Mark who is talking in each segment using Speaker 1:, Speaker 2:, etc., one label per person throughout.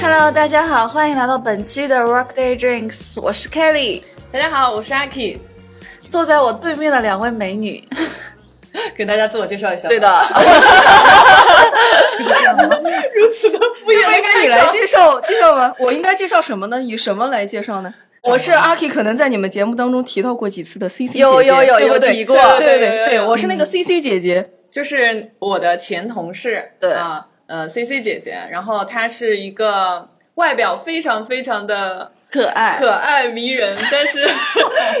Speaker 1: Hello，大家好，欢迎来到本期的 Workday Drinks，我是 Kelly，
Speaker 2: 大家好，我是 Aki，
Speaker 1: 坐在我对面的两位美女，
Speaker 2: 给大家自我介绍一下。
Speaker 1: 对，的，
Speaker 2: 就是这样吗？ 如此的敷衍，
Speaker 3: 应该你来介绍介绍吗？我应该介绍什么呢？以什么来介绍呢？我是阿 K，可能在你们节目当中提到过几次的 C C 姐姐，
Speaker 1: 有有有
Speaker 3: 对
Speaker 1: 有
Speaker 3: 不对
Speaker 1: 嗯提过
Speaker 2: 有有
Speaker 3: 对对对
Speaker 2: 有
Speaker 3: 对，我是那个 C C 姐 姐，
Speaker 2: 就是我的前同事，
Speaker 1: 对
Speaker 2: 啊，呃，C C 姐姐，然后她是一个外表非常非常的
Speaker 1: 可爱，
Speaker 2: 可爱迷 人，但是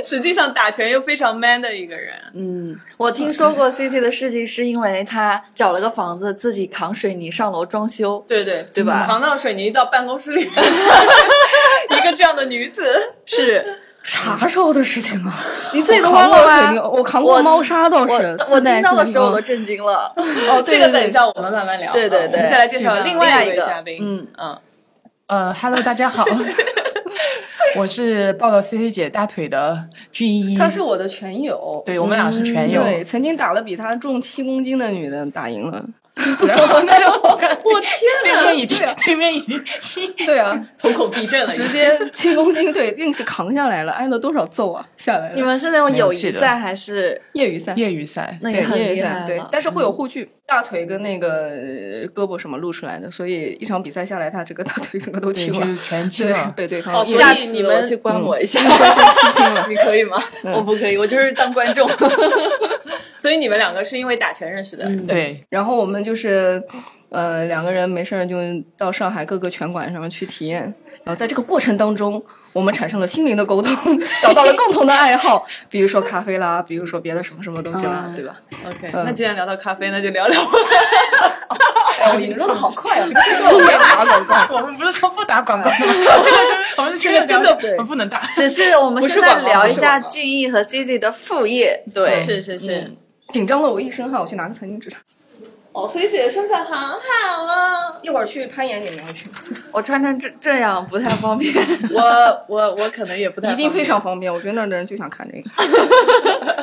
Speaker 2: 实际上打拳又非常 man 的一个人。
Speaker 1: 嗯，我听说过 C C 的事情，是因为她找了个房子，自己扛水泥上楼装修。
Speaker 2: 对对
Speaker 1: 对吧
Speaker 2: 扛到水泥到办公室里， 一个这样的女子，
Speaker 1: 是
Speaker 3: 啥时候的事情啊？
Speaker 1: 你自己都忘
Speaker 3: 扛
Speaker 1: 了
Speaker 3: 过水泥
Speaker 1: 吗？
Speaker 3: 我扛过猫砂倒
Speaker 1: 我
Speaker 3: 是，
Speaker 1: 我
Speaker 3: 四代嗯
Speaker 1: 听到的
Speaker 3: 四代
Speaker 1: 时候我都
Speaker 3: 缸
Speaker 1: 震惊了。
Speaker 3: 哦，对
Speaker 2: 这个
Speaker 3: 对
Speaker 2: 等一
Speaker 3: 对，
Speaker 2: 下我们慢慢聊。
Speaker 1: 对对
Speaker 2: 啊我
Speaker 1: 对
Speaker 2: 们再来介绍另外
Speaker 1: 另外
Speaker 2: 一
Speaker 1: 一
Speaker 2: 位
Speaker 1: 个
Speaker 2: 嘉宾。
Speaker 1: 嗯
Speaker 2: 嗯，
Speaker 4: 呃，Hello，大家好， 我是抱了 C C 姐大腿的俊一，
Speaker 3: 她是我的拳友，
Speaker 4: 对我们俩是全友，
Speaker 3: 嗯对，曾经打了比她重七公斤的女的打赢 了，
Speaker 4: 然后那个我看
Speaker 2: 我天
Speaker 4: 对面已经对面已经
Speaker 3: 对啊，
Speaker 2: 瞳孔地震了，
Speaker 3: 直接七公斤，对，硬是扛下来了，挨了多少揍啊，下来
Speaker 1: 你
Speaker 3: 了。
Speaker 1: 们是那种
Speaker 4: 没有
Speaker 1: 友谊
Speaker 4: 记得
Speaker 1: 赛还是？
Speaker 3: 业余赛，
Speaker 4: 业余赛
Speaker 1: 那也
Speaker 3: 对，
Speaker 1: 很
Speaker 3: 业余
Speaker 1: 厉
Speaker 3: 赛
Speaker 1: 害
Speaker 3: 对
Speaker 1: 了，。嗯
Speaker 3: 但是会有护具，大腿跟那个呃胳膊什么露出来的，所以一场比赛下来，他这个大腿整个都
Speaker 4: 对
Speaker 3: 青
Speaker 4: 就
Speaker 3: 了
Speaker 4: 是，全清
Speaker 3: 对
Speaker 4: 了，
Speaker 3: 被对方
Speaker 2: 哦
Speaker 3: 也
Speaker 2: 所
Speaker 1: 下
Speaker 2: 以你
Speaker 1: 次
Speaker 2: 们
Speaker 1: 我去观摩一下，
Speaker 2: 你可以吗？
Speaker 1: 我不可以，我就是当观众。
Speaker 2: 所以你们两个是因为打拳认识的，
Speaker 4: 对，
Speaker 3: 然后我们就是，呃，两个人没事儿就到上海各个拳馆上面去体验。然后在这个过程当中，我们产生了心灵的沟通， 找到了共同的爱好，比如说咖啡啦，比如说别的什么什么东西啦
Speaker 1: 啊，
Speaker 3: 对吧？
Speaker 2: OK，、
Speaker 3: 嗯
Speaker 2: 那既然聊到咖啡，那就聊 聊。
Speaker 3: 哎，我引入的好快啊！ 这是我们打广告。
Speaker 4: 我们不是说不打广告吗，这 个是我们这个真的
Speaker 3: 对
Speaker 4: 我们不能打，
Speaker 1: 只是我们
Speaker 2: 不是
Speaker 1: 现在
Speaker 2: 广告
Speaker 1: 聊
Speaker 2: 不
Speaker 1: 一
Speaker 2: 是
Speaker 1: 下
Speaker 2: 广告
Speaker 1: 俊逸和 C C 的副业，对，
Speaker 2: 哦是是是，
Speaker 3: 紧张的我一身汗，我去拿个餐巾纸。
Speaker 2: 哦，所以姐姐身材好好啊。
Speaker 3: 一会儿去攀岩，你们要去吗？
Speaker 1: 我穿成这这样不太方便。
Speaker 2: 我我我可能也不太
Speaker 3: 一定
Speaker 2: 方便
Speaker 3: 非常方便。我觉得那儿的人就想看这个。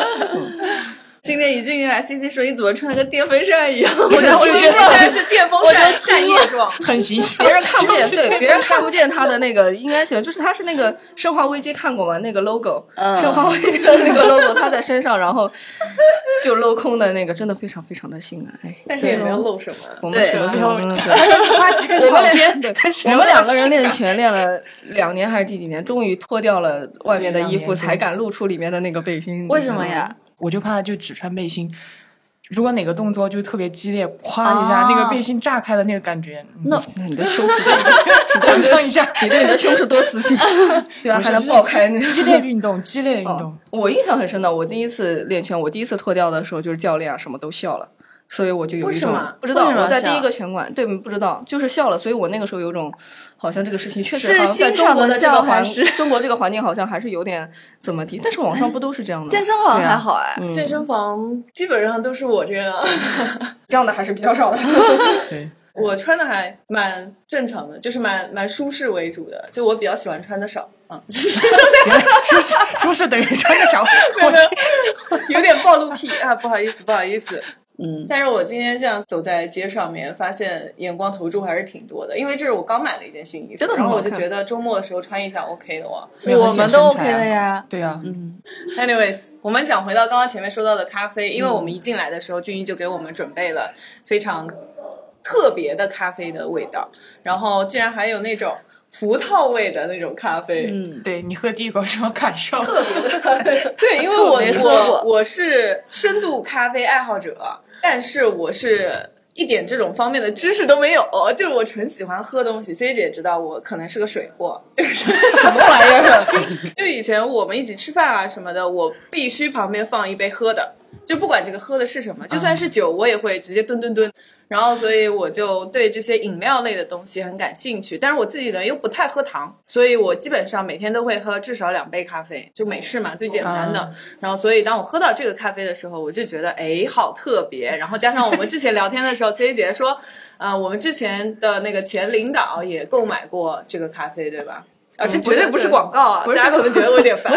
Speaker 1: 今天一进进来，C C 说你怎么穿的跟电风扇一样？我
Speaker 4: 是
Speaker 1: 就
Speaker 4: 我
Speaker 1: 惊
Speaker 4: 觉得
Speaker 2: 现在
Speaker 1: 了。
Speaker 2: 是电风
Speaker 1: 我就
Speaker 2: 扇
Speaker 1: 惊
Speaker 2: 扇叶状，
Speaker 4: 很形象
Speaker 3: 别。人看不见，对，别人看不见他的那个，应该写就是他是那个《生化危机》看过吗？那个 logo，、
Speaker 1: 嗯
Speaker 3: 生化危机》的那个 logo，他在身上，然后就镂空的那个，真的非常非常的性感。哎，
Speaker 2: 但是也没有露什么。
Speaker 3: 我们
Speaker 1: 对
Speaker 3: 学了
Speaker 4: 最
Speaker 3: 我
Speaker 4: 后
Speaker 3: 们
Speaker 4: 我
Speaker 3: 我们俩对
Speaker 4: 开始
Speaker 3: 我们两个人练拳练了两年还是第几年，终于脱掉了外面的衣
Speaker 4: 对两
Speaker 3: 服，
Speaker 4: 年
Speaker 3: 才敢露出里面的那个背心。
Speaker 1: 为什么呀？
Speaker 4: 我就怕就只穿背心，如果哪个动作就特别激烈，咵一下，
Speaker 1: 哦
Speaker 4: 那个背心炸开的那个感觉，嗯
Speaker 1: 那
Speaker 3: 你知道吗？那你的 胸，
Speaker 4: 你想象一下，
Speaker 3: 你对你的胸是多自信，对吧？还能爆开那
Speaker 4: 激烈运动，激烈运动
Speaker 3: 哦。我印象很深的，我第一次练拳，我第一次脱掉的时候，就是教练啊什么都笑了，所以我就有一
Speaker 2: 为什
Speaker 3: 种
Speaker 2: 么
Speaker 3: 不知道
Speaker 1: 为什么要
Speaker 3: 我在
Speaker 1: 笑
Speaker 3: 第一个拳馆对不知道就是笑了，所以我那个时候有种好像这个事情确实
Speaker 1: 是
Speaker 3: 好像在
Speaker 1: 欣
Speaker 3: 中
Speaker 1: 赏
Speaker 3: 国
Speaker 1: 的
Speaker 3: 这
Speaker 1: 笑
Speaker 3: 个
Speaker 1: 还
Speaker 3: 环
Speaker 1: 是
Speaker 3: 中国这个环境好像还是有点怎么地，但是网上不都是 这样的
Speaker 1: 健？身房
Speaker 4: 对啊
Speaker 1: 还好哎，
Speaker 3: 嗯
Speaker 2: 健身房基本上都是我这样，
Speaker 3: 这样的还是比 较少的。
Speaker 4: 对，
Speaker 2: 我穿的还蛮正常的，就是蛮蛮舒适为主的，就我比较喜欢穿的少，嗯，
Speaker 4: 原来 舒适舒适等于穿个小
Speaker 2: 有
Speaker 4: 我
Speaker 2: 点 有点暴露癖啊，不好意思，不好意思。
Speaker 1: 嗯，
Speaker 2: 但是我今天这样走在街上面，发现眼光投注还是挺多的，因为这是我刚买的一件新衣服，
Speaker 3: 真的很
Speaker 2: 然
Speaker 3: 好
Speaker 2: 后
Speaker 3: 看
Speaker 2: 我就觉得周末的时候穿一下 OK 的哦哇。
Speaker 4: 没有
Speaker 1: 我
Speaker 4: 很显
Speaker 1: 们都
Speaker 4: 身
Speaker 1: OK
Speaker 4: 材啊
Speaker 1: 的呀。
Speaker 4: 对啊，
Speaker 1: 嗯，
Speaker 2: Anyways，我们讲回到刚刚前面说到的咖啡，因为我们一进来的时候，俊逸就给我们准备了非常特别的咖啡的味道，然后竟然还有那种葡萄味的那种咖啡，嗯，
Speaker 4: 对你喝第一口什么感受？
Speaker 2: 对，因为我
Speaker 1: 没喝过
Speaker 2: 我我是深度咖啡爱好者，但是我是一点这种方面的知识都没有，就是我纯喜欢喝东西。C 姐知道我可能是个水货，就是
Speaker 3: 什么玩意
Speaker 4: 啊
Speaker 3: 儿？
Speaker 2: 就以前我们一起吃饭啊什么的，我必须旁边放一杯喝的，就不管这个喝的是什么，就算是酒，我也会直接蹲蹲蹲。然后，所以我就对这些饮料类的东西很感兴趣，但是我自己人又不太喝糖，所以我基本上每天都会喝至少两杯咖啡，就美式嘛，最简单的。然后，所以当我喝到这个咖啡的时候，我就觉得哎，好特别。然后加上我们之前聊天的时候 ，C 姐说，呃，我们之前的那个前领导也购买过这个咖啡，对吧？啊，这绝对不是广告啊！
Speaker 3: 不是
Speaker 2: 大家可能觉得我有点烦。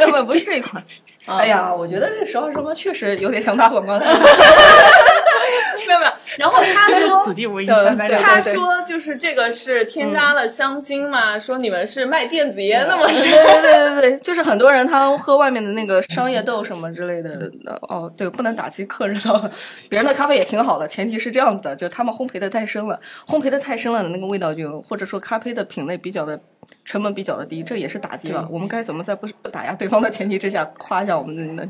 Speaker 3: 要不不是这一 款。
Speaker 1: 啊
Speaker 3: 哎呀，我觉得这实话实说，确实有点想打广告。
Speaker 2: 没有没有，然后他 说
Speaker 4: 此地无银三百
Speaker 3: 对
Speaker 4: 两。
Speaker 2: 他
Speaker 3: 对
Speaker 2: 说就是这个是添加了香精嘛，说你们是卖电子烟的嘛，
Speaker 3: 对对对对对，就是很多人他喝外面的那个商业豆什么之类的，呃哦，对，不能打击客人啊。别人的咖啡也挺好的，前提是这样子的，就是他们烘焙的太深了，烘焙的太深了的那个味道就，或者说咖啡的品类比较的成本比较的低，这也是打击吧。我们该怎么在不不打压对方的前提之下，夸一下我们的呢？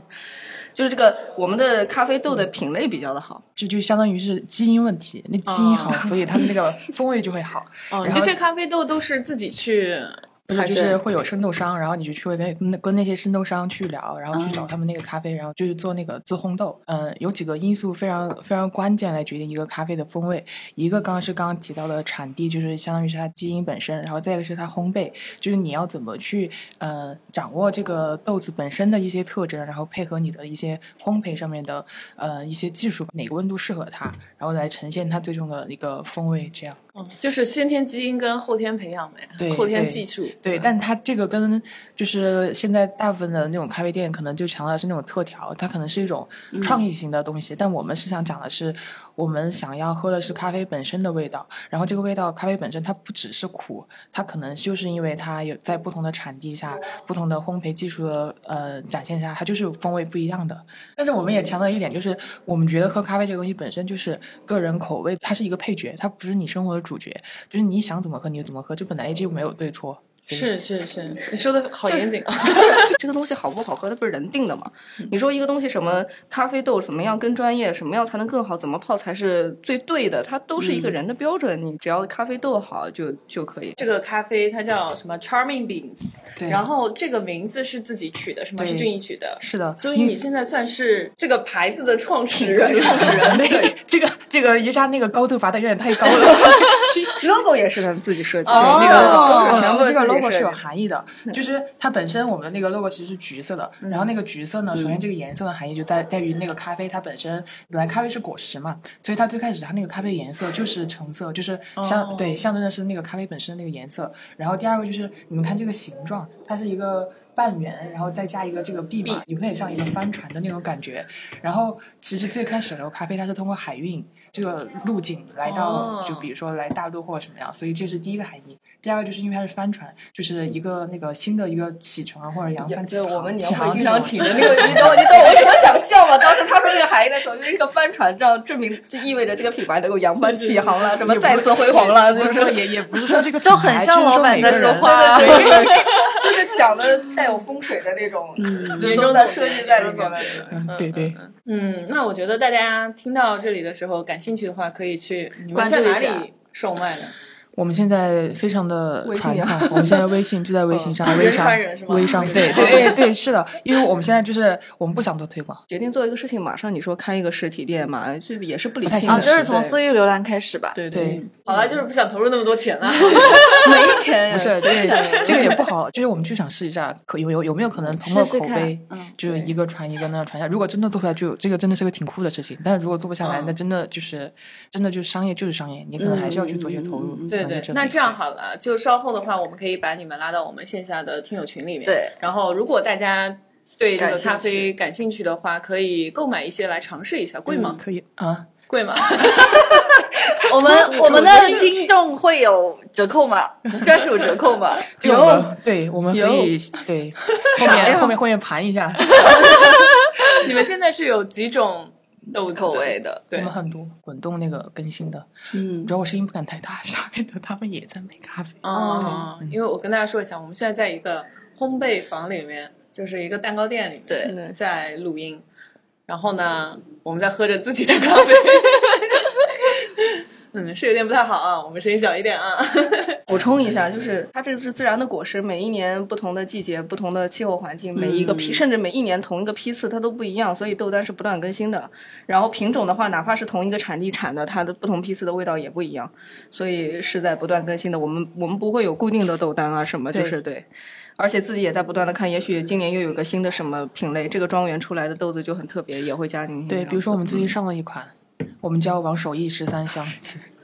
Speaker 3: 就是这个我们的咖啡豆的品类比较的好，
Speaker 4: 这就相当于是基因问题，那基因好，所以它们那个风味就会好。
Speaker 2: 哦
Speaker 4: 然
Speaker 2: 这
Speaker 4: 后
Speaker 2: 些咖啡豆都是自己去，
Speaker 4: 不是，
Speaker 2: 还
Speaker 4: 就是会有生豆商，然后你就去会跟跟那跟那些生豆商去聊，然后去
Speaker 2: 嗯
Speaker 4: 找他们那个咖啡，然后就是做那个自烘豆。嗯，有几个因素非常非常关键来决定一个咖啡的风味，一个刚刚是刚刚提到的产地，就是相当于是它基因本身，然后再一个是它烘焙，就是你要怎么去呃掌握这个豆子本身的一些特征，然后配合你的一些烘焙上面的呃一些技术，哪个温度适合它，然后来呈现它最终的一个风味，这样。
Speaker 2: 就是先天基因跟后天培养呗，
Speaker 4: 对
Speaker 2: 后天
Speaker 4: 对
Speaker 2: 技术。
Speaker 4: 对，但它这个跟就是现在大部分的那种咖啡店可能就强调的是那种特调，它可能是一种创意型的东西，但我们是想讲的是，我们想要喝的是咖啡本身的味道，然后这个味道咖啡本身它不只是苦，它可能就是因为它有在不同的产地下、不同的烘焙技术的呃展现下，它就是风味不一样的。但是我们也强调一点，就是我们觉得喝咖啡这个东西本身就是个人口味，它是一个配角，它不是你生活的主角，就是你想怎么喝你就怎么喝，这本来就没有对错。
Speaker 2: 是是是，你说的好严谨啊！
Speaker 3: 这个东西好不好喝，它不是人定的嘛？你说一个东西什么咖啡豆怎么样跟专业，什么样才能更好，怎么泡才是最对的，它都是一个人的标准。你只要咖啡豆好就就可以。
Speaker 2: 这个咖啡它叫什么 Charming Beans，
Speaker 4: 对
Speaker 2: 然后这个名字是自己取的，是吗？
Speaker 4: 对
Speaker 2: 是俊逸取的。
Speaker 4: 是的，
Speaker 2: 所以
Speaker 4: 因
Speaker 2: 你
Speaker 4: 为
Speaker 2: 现在算是这个牌子的创始人，
Speaker 3: 哦
Speaker 4: 对这个这个一下那个高度拔的有点太高 了。
Speaker 3: logo 也是他们自己设计的，
Speaker 2: 哦
Speaker 3: 那个
Speaker 4: 其
Speaker 3: 全部
Speaker 4: 实这个
Speaker 3: 自己
Speaker 4: logo
Speaker 3: 设计
Speaker 4: 是有
Speaker 3: 的。
Speaker 4: 含义的，就是它本身我们的那个 logo 其实是橘色的，然后那个橘色呢，首先这个颜色的含义就在在于那个咖啡它本身，本来咖啡是果实嘛，所以它最开始它那个咖啡颜色就是橙色，就是
Speaker 2: 哦
Speaker 4: 象对象征的是那个咖啡本身那个颜色。然后第二个就是你们看这个形状，它是一个。半圆，然后再加一个这个臂嘛，有点像一个帆船的那种感觉。然后其实最开始的时候，咖啡它是通过海运这个路径来
Speaker 2: 哦
Speaker 4: 到，就比如说来大陆或者什么样，所以这是第一个含义。第二个就是因为它是帆船，就是一个那个新的一个启程啊，或者扬帆启
Speaker 3: 对，
Speaker 4: 航。
Speaker 3: 我们年
Speaker 4: 启
Speaker 3: 会
Speaker 4: 航
Speaker 3: 经
Speaker 4: 这
Speaker 3: 常
Speaker 4: 种
Speaker 3: 请 的那个，你懂你懂我为什么想笑吗？当时他说这个含义的时候，就是一个帆船，这样证明就意味着这个品牌能够扬帆起航了，什么再次辉煌了，就
Speaker 4: 不
Speaker 3: 是
Speaker 4: 是说也也不是说这个
Speaker 1: 都很像
Speaker 4: 品牌
Speaker 1: 老板在说话
Speaker 3: 对对对， 就是想的带有风水的那种人中的设计在里面的。
Speaker 4: 嗯 对对，
Speaker 2: 嗯，那我觉得大家听到这里的时候，感兴趣的话可以去你们
Speaker 1: 关注
Speaker 2: 在哪
Speaker 1: 一下
Speaker 2: 里售卖呢？
Speaker 4: 我们现在非常的
Speaker 3: 微信
Speaker 4: 传
Speaker 3: 啊
Speaker 4: 统，我们现在微信就在微信上
Speaker 2: 嗯，
Speaker 4: 微
Speaker 2: 人
Speaker 4: 商
Speaker 2: 传人是吗
Speaker 4: 微商，对对对对，是的，因为我们现在就是我们不想做推广，
Speaker 3: 决定做一个事情，马上你说开一个实体店嘛，就也是不理性
Speaker 4: 不
Speaker 1: 啊，
Speaker 3: 的。
Speaker 4: 太
Speaker 1: 就
Speaker 4: 现
Speaker 1: 是
Speaker 4: 实
Speaker 1: 从
Speaker 3: 对
Speaker 1: 私域浏览开始吧。
Speaker 3: 对
Speaker 4: 对。
Speaker 2: 好了，就是不想投入那么多钱了。
Speaker 3: 没钱呀
Speaker 4: 不是，
Speaker 3: 谁
Speaker 4: 这
Speaker 3: 想呀
Speaker 4: 个这个也不好，就是我们就想试一下，可有有有没有可能通过
Speaker 1: 试试
Speaker 4: 口
Speaker 1: 看
Speaker 4: 碑，
Speaker 1: 嗯
Speaker 4: 就是一个传一个那样传下。如果真的做出来就，这个真的是个挺酷的事情。但是如果做不下来，
Speaker 2: 嗯
Speaker 4: 那真的就是真的就是商业就是商业，你可能还是要去做一些投入。
Speaker 1: 嗯嗯嗯嗯
Speaker 2: 对
Speaker 4: 然后
Speaker 2: 对
Speaker 4: 就，证
Speaker 2: 那
Speaker 4: 明
Speaker 2: 这样好了，就稍后的话，我们可以把你们拉到我们线下的听友群里面。
Speaker 1: 对
Speaker 2: 然后如果大家对这个
Speaker 1: 感兴
Speaker 2: 咖啡感兴趣的话，可以购买一些来尝试一下，贵吗？
Speaker 4: 可以啊，
Speaker 2: 贵吗？
Speaker 1: 我们我 们的听众会有折扣吗？专属折扣吗？
Speaker 4: 对我们对我们可以对后
Speaker 3: 啥呀
Speaker 4: 面后面后面盘一下，
Speaker 2: 你们现在是有几种豆子的
Speaker 3: 口味？的，
Speaker 4: 我
Speaker 2: 对
Speaker 4: 们，很多滚动那个更新的，
Speaker 1: 嗯
Speaker 4: 主，要我声音不敢太大，下面的他们也在买咖啡。
Speaker 2: 啊，因为我跟大家说一下，我们现在在一个烘焙房里面，就是一个蛋糕店里面，
Speaker 1: 对
Speaker 3: 对
Speaker 2: 在录音。然后呢，我们在喝着自己的咖啡。 嗯，是有点不太好啊，我们声音小一点啊。
Speaker 3: 补充一下，就是它这个是自然的果实，每一年不同的季节、不同的气候环境，每一个批、甚至每一年同一个批次它都不一样，所以豆单是不断更新的。然后品种的话，哪怕是同一个产地产的，它的不同批次的味道也不一样，所以是在不断更新的。我们我们不会有固定的豆单啊什么，就是对。而且自己也在不断的看，也许今年又有个新的什么品类，这个庄园出来的豆子就很特别，也会加进去。
Speaker 4: 对，比如说我们最近上了一款，我们叫王守义十三香，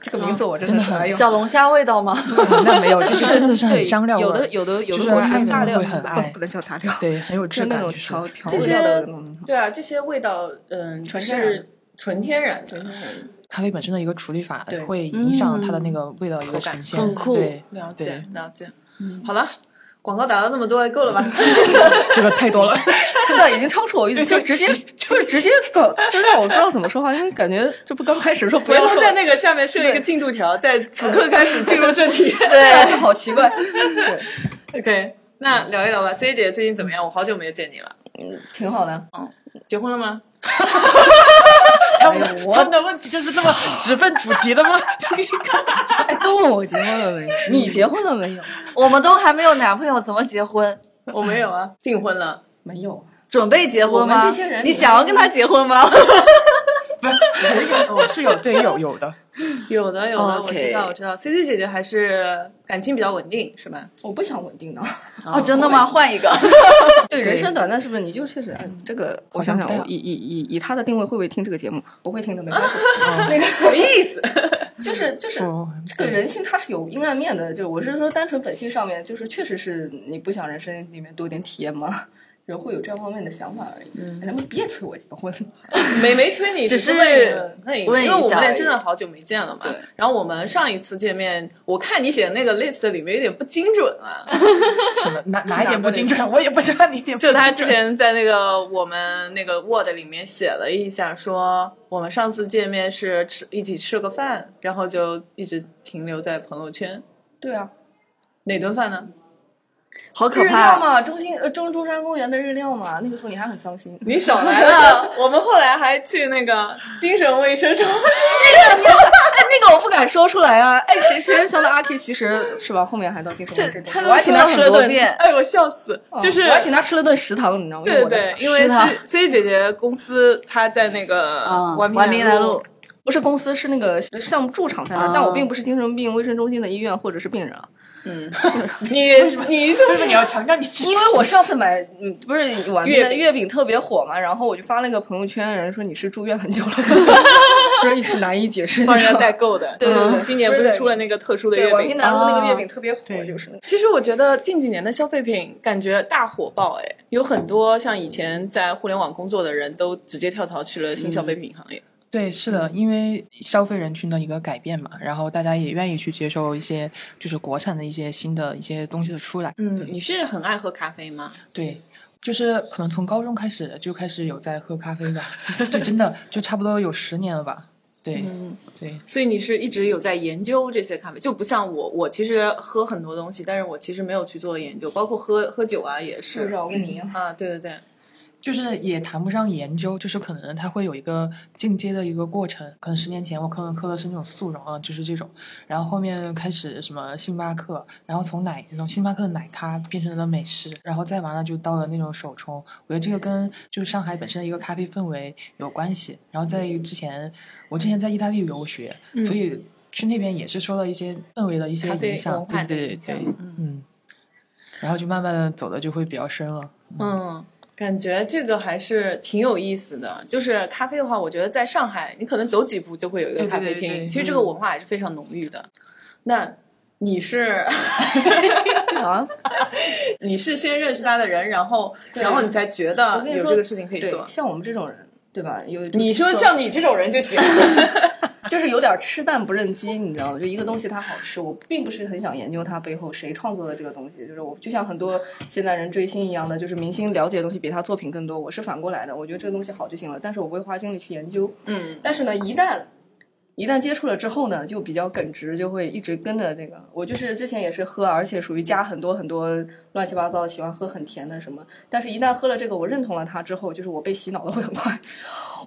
Speaker 3: 这个名字我真的很爱用。
Speaker 1: 小龙虾味道吗？
Speaker 4: 那没有，就
Speaker 3: 就是
Speaker 4: 真的是很
Speaker 3: 对
Speaker 4: 香料味
Speaker 3: 有
Speaker 4: 儿
Speaker 3: 的有的有
Speaker 4: 就
Speaker 3: 的
Speaker 4: 是
Speaker 3: 国
Speaker 4: 爱
Speaker 3: 产
Speaker 4: 的
Speaker 3: 大
Speaker 4: 人
Speaker 3: 料
Speaker 4: 会很
Speaker 3: 不
Speaker 4: 爱
Speaker 3: 不能叫大料，
Speaker 4: 对，很有
Speaker 3: 就
Speaker 4: 质
Speaker 3: 那
Speaker 4: 感，
Speaker 3: 种
Speaker 4: 就是
Speaker 3: 调调
Speaker 2: 这
Speaker 3: 味
Speaker 2: 些
Speaker 3: 料的那种。
Speaker 2: 对啊，这些味道，嗯，
Speaker 3: 纯天然
Speaker 2: 是纯天然，纯天然。
Speaker 4: 咖啡本身的一个处理法
Speaker 2: 对
Speaker 4: 会影响它的
Speaker 1: 嗯
Speaker 4: 那个味道一个
Speaker 2: 口感
Speaker 4: 呈现。
Speaker 1: 很酷
Speaker 4: 对，
Speaker 2: 了
Speaker 4: 对
Speaker 2: 解了解。好了，广告打了这么多，够了 吧？
Speaker 4: 这个太多了。
Speaker 3: 对，已经超出我预 期，就直接就是直接搞，就让我不知道怎么说话，因为感觉这不刚开始说不
Speaker 2: 回
Speaker 3: 要
Speaker 2: 头
Speaker 3: 说，
Speaker 2: 在那个下面设一个进度条，在此刻开始进入正 题。
Speaker 3: 对，就好奇怪。 对，
Speaker 2: OK，那聊一聊吧，C 姐最近怎么样？我好久没有见你了，
Speaker 3: 挺好的。
Speaker 2: 结婚了吗？
Speaker 3: 嗯哎呦，我
Speaker 2: 的啊问题就是这么
Speaker 4: 直奔主题了吗？
Speaker 3: 哎都问我结婚了没？ 你结婚了没有？
Speaker 1: 我们都还没有男朋友，怎么结婚？
Speaker 2: 我没有 啊，订婚了。
Speaker 3: 没有。啊
Speaker 1: 准备结婚
Speaker 3: 我
Speaker 1: 吗？
Speaker 3: 们这些人哦
Speaker 1: 你想要跟他结婚吗？
Speaker 4: 我是有对有有的，
Speaker 2: 有的有的，我
Speaker 1: 哦 OK
Speaker 2: 知道我知道，C C 姐姐还是感情比较稳定，是吧？
Speaker 3: 我不想稳定 的。
Speaker 1: 哦，真的吗？换一个。
Speaker 3: 对，人生短暂，是不是？你就确实，嗯，这个我想想，
Speaker 4: 像不太
Speaker 3: 我
Speaker 4: 好
Speaker 3: 以以以以他的定位会不会听这个节目？哦不会听 的，没关系。那
Speaker 2: 什
Speaker 3: 个
Speaker 2: 么意思？
Speaker 3: 就是就是
Speaker 4: 哦
Speaker 3: 这个人性它是有阴暗面的，就是我是说单纯本性上面，就是确实是你不想人生里面多点体验吗？人会有这方面的想法而已。嗯，能不能别催我结婚？
Speaker 2: 没没催你，
Speaker 1: 只
Speaker 2: 是
Speaker 1: 是
Speaker 2: 问那因
Speaker 1: 问一
Speaker 2: 为我
Speaker 1: 下
Speaker 2: 们
Speaker 1: 而
Speaker 2: 俩
Speaker 1: 已
Speaker 2: 真的好久没见了嘛
Speaker 1: 对。
Speaker 2: 然后我们上一次见面，我看你写的那个 list 里面有点不精准啊，
Speaker 4: 什么哪哪一点不精准，我也不知道哪一点不
Speaker 2: 就
Speaker 4: 精准。
Speaker 2: 他之前在那个我们那个 Word 里面写了一下，说我们上次见面是吃一起吃了个饭，然后就一直停留在朋友圈。
Speaker 3: 对啊，
Speaker 2: 哪顿饭呢？
Speaker 1: 好可
Speaker 3: 日
Speaker 1: 怕
Speaker 3: 料！嘛，中心呃中中山公园的日料嘛，那个时候你还很伤心。
Speaker 2: 你少 来了！我们后来还去那个精神卫生中心。
Speaker 3: 哎，那个我不敢说出来啊。哎，谁谁想到阿 K 其实是吧，后面还到精神
Speaker 1: 这
Speaker 3: 卫生中
Speaker 1: 他
Speaker 3: 心
Speaker 1: 都
Speaker 3: 我还
Speaker 1: 说
Speaker 3: 请他
Speaker 1: 了
Speaker 3: 吃
Speaker 1: 很
Speaker 3: 了
Speaker 1: 多
Speaker 3: 顿，嗯
Speaker 1: 遍，
Speaker 2: 哎，我笑死！就是
Speaker 3: 哦我还请他吃了顿食堂，你知道吗？因为
Speaker 2: 对
Speaker 3: 我的
Speaker 2: 对，因为
Speaker 1: 是的
Speaker 2: C C 姐姐公司她在那个
Speaker 1: 嗯，
Speaker 2: 顽
Speaker 1: 顽
Speaker 2: 皮
Speaker 1: 皮
Speaker 2: 南
Speaker 1: 南
Speaker 2: 路
Speaker 1: 路，
Speaker 3: 不是公司，是那个项目驻场在那儿，
Speaker 1: 啊
Speaker 3: 但我并不是精神病卫生中心的医院或者是病人啊，
Speaker 2: 你你怎
Speaker 4: 为什
Speaker 2: 么
Speaker 4: 么你要强调你是
Speaker 3: 因为我上次买，嗯，不是皖
Speaker 2: 月饼
Speaker 3: 边的月饼特别火嘛，然后我就发了个朋友圈，人说你是住院很 久了吗，不是一时难以解释。
Speaker 2: 帮人家
Speaker 3: 你知道
Speaker 2: 代
Speaker 3: 吗
Speaker 2: 购的？
Speaker 3: 对对对
Speaker 2: 嗯今年不是出了那个特殊的
Speaker 3: 对
Speaker 2: 月
Speaker 3: 宛平
Speaker 2: 饼？
Speaker 3: 南路那个
Speaker 1: 啊
Speaker 3: 月饼特别火，
Speaker 4: 对
Speaker 3: 就是
Speaker 2: 其实我觉得近几年的消费品感觉大火爆，哎，有很多像以前在互联网工作的人都直接跳槽去了新消费品行业。
Speaker 4: 对，是的，因为消费人群的一个改变嘛，然后大家也愿意去接受一些就是国产的一些新的一些东西的出来。
Speaker 2: 嗯，
Speaker 4: 对
Speaker 2: 你是很爱喝咖啡吗？
Speaker 4: 对，就是可能从高中开始就开始有在喝咖啡吧， 就真的就差不多有十年了吧。对，对，
Speaker 2: 所以你是一直有在研究这些咖啡，就不像我，我其实喝很多东西，但是我其实没有去做研究，包括喝喝酒啊也
Speaker 3: 是不是我跟你一样？
Speaker 2: 啊，对对对，
Speaker 4: 就是也谈不上研究，就是可能它会有一个进阶的一个过程。可能十年前我可能喝的是那种速溶啊，就是这种，然后后面开始什么星巴克，然后从奶从星巴克的奶咖变成了美式，然后再完了就到了那种手冲。我觉得这个跟就是上海本身的一个咖啡氛围有关系。然后在之前，我之前在意大利留学，所以去那边也是受到一些氛围的一些
Speaker 2: 嗯咖啡
Speaker 4: 影响
Speaker 2: 文，化
Speaker 4: 对
Speaker 2: 的
Speaker 4: 对对
Speaker 2: 影响
Speaker 4: 对，嗯，然后就慢慢的走的就会比较深了。
Speaker 2: 嗯，感觉这个还是挺有意思的。就是咖啡的话，我觉得在上海，你可能走几步就会有一个
Speaker 4: 对对
Speaker 2: 咖啡
Speaker 4: 对
Speaker 2: 厅。
Speaker 4: 对嗯
Speaker 2: 其实这个文化还是非常浓郁的。那你是
Speaker 3: 啊，
Speaker 2: 你是先认识他的人，然后然后你才觉
Speaker 3: 我
Speaker 2: 得
Speaker 3: 跟你
Speaker 2: 有
Speaker 3: 说
Speaker 2: 这个事情可以
Speaker 3: 对
Speaker 2: 做。
Speaker 3: 像我们这种人，对吧？有
Speaker 2: 你说像你这种人就行。
Speaker 3: 就是有点吃蛋不认鸡，你知道吗？就一个东西它好吃，我并不是很想研究它背后谁创作的这个东西。就是我就像很多现代人追星一样的，就是明星了解的东西比他作品更多。我是反过来的，我觉得这个东西好就行了，但是我不会花精力去研究。
Speaker 2: 嗯，
Speaker 3: 但是呢，一旦一旦接触了之后呢，就比较耿直，就会一直跟着这个。我就是之前也是喝，而且属于加很多很多乱七八糟，喜欢喝很甜的什么。但是，一旦喝了这个，我认同了它之后，就是我被洗脑的会很快，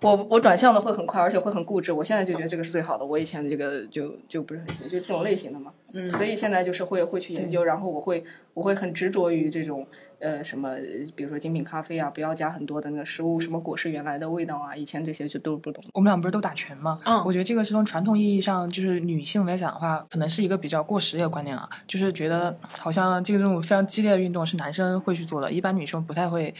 Speaker 3: 我我转向的会很快，而且会很固执。我现在就觉得这个是最好的，我以前的这个就就不是很行，就这种类型的嘛。嗯，所以现在就是会会去研究，然后我会我会很执着于这种呃什么，呃比如说精品咖啡啊，不要加很多的那个食物，什么果实原来的味道啊，以前这些就都不懂。
Speaker 4: 我们俩不是都打拳吗？
Speaker 2: 嗯
Speaker 4: 我觉得这个是从传统意义上，就是女性来讲的话，可能是一个比较过时的一个观念啊，就是觉得好像这种非常激烈的运动是男生会去做的，一般女生不太会。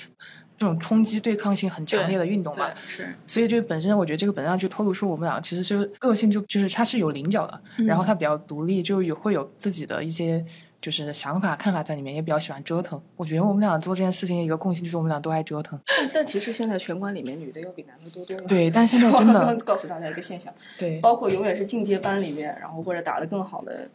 Speaker 4: 这种冲击对抗性很强烈的运动嘛，
Speaker 2: 是
Speaker 4: 所以就本身我觉得这个本质上就透露出我们俩其实
Speaker 2: 嗯
Speaker 4: 就是个性就就是它是有棱角的，然后它比较独立，就有会有自己的一些就是想法看法在里面，也比较喜欢折腾。我觉得我们俩做这件事情的一个共性就是我们俩都爱折腾。
Speaker 3: 但但其实现在拳馆里面女的要比男的多多了。
Speaker 4: 对，但现在真 的
Speaker 3: 告诉大家一个现象，
Speaker 4: 对
Speaker 3: 包括永远是进阶班里面，然后或者打得更好的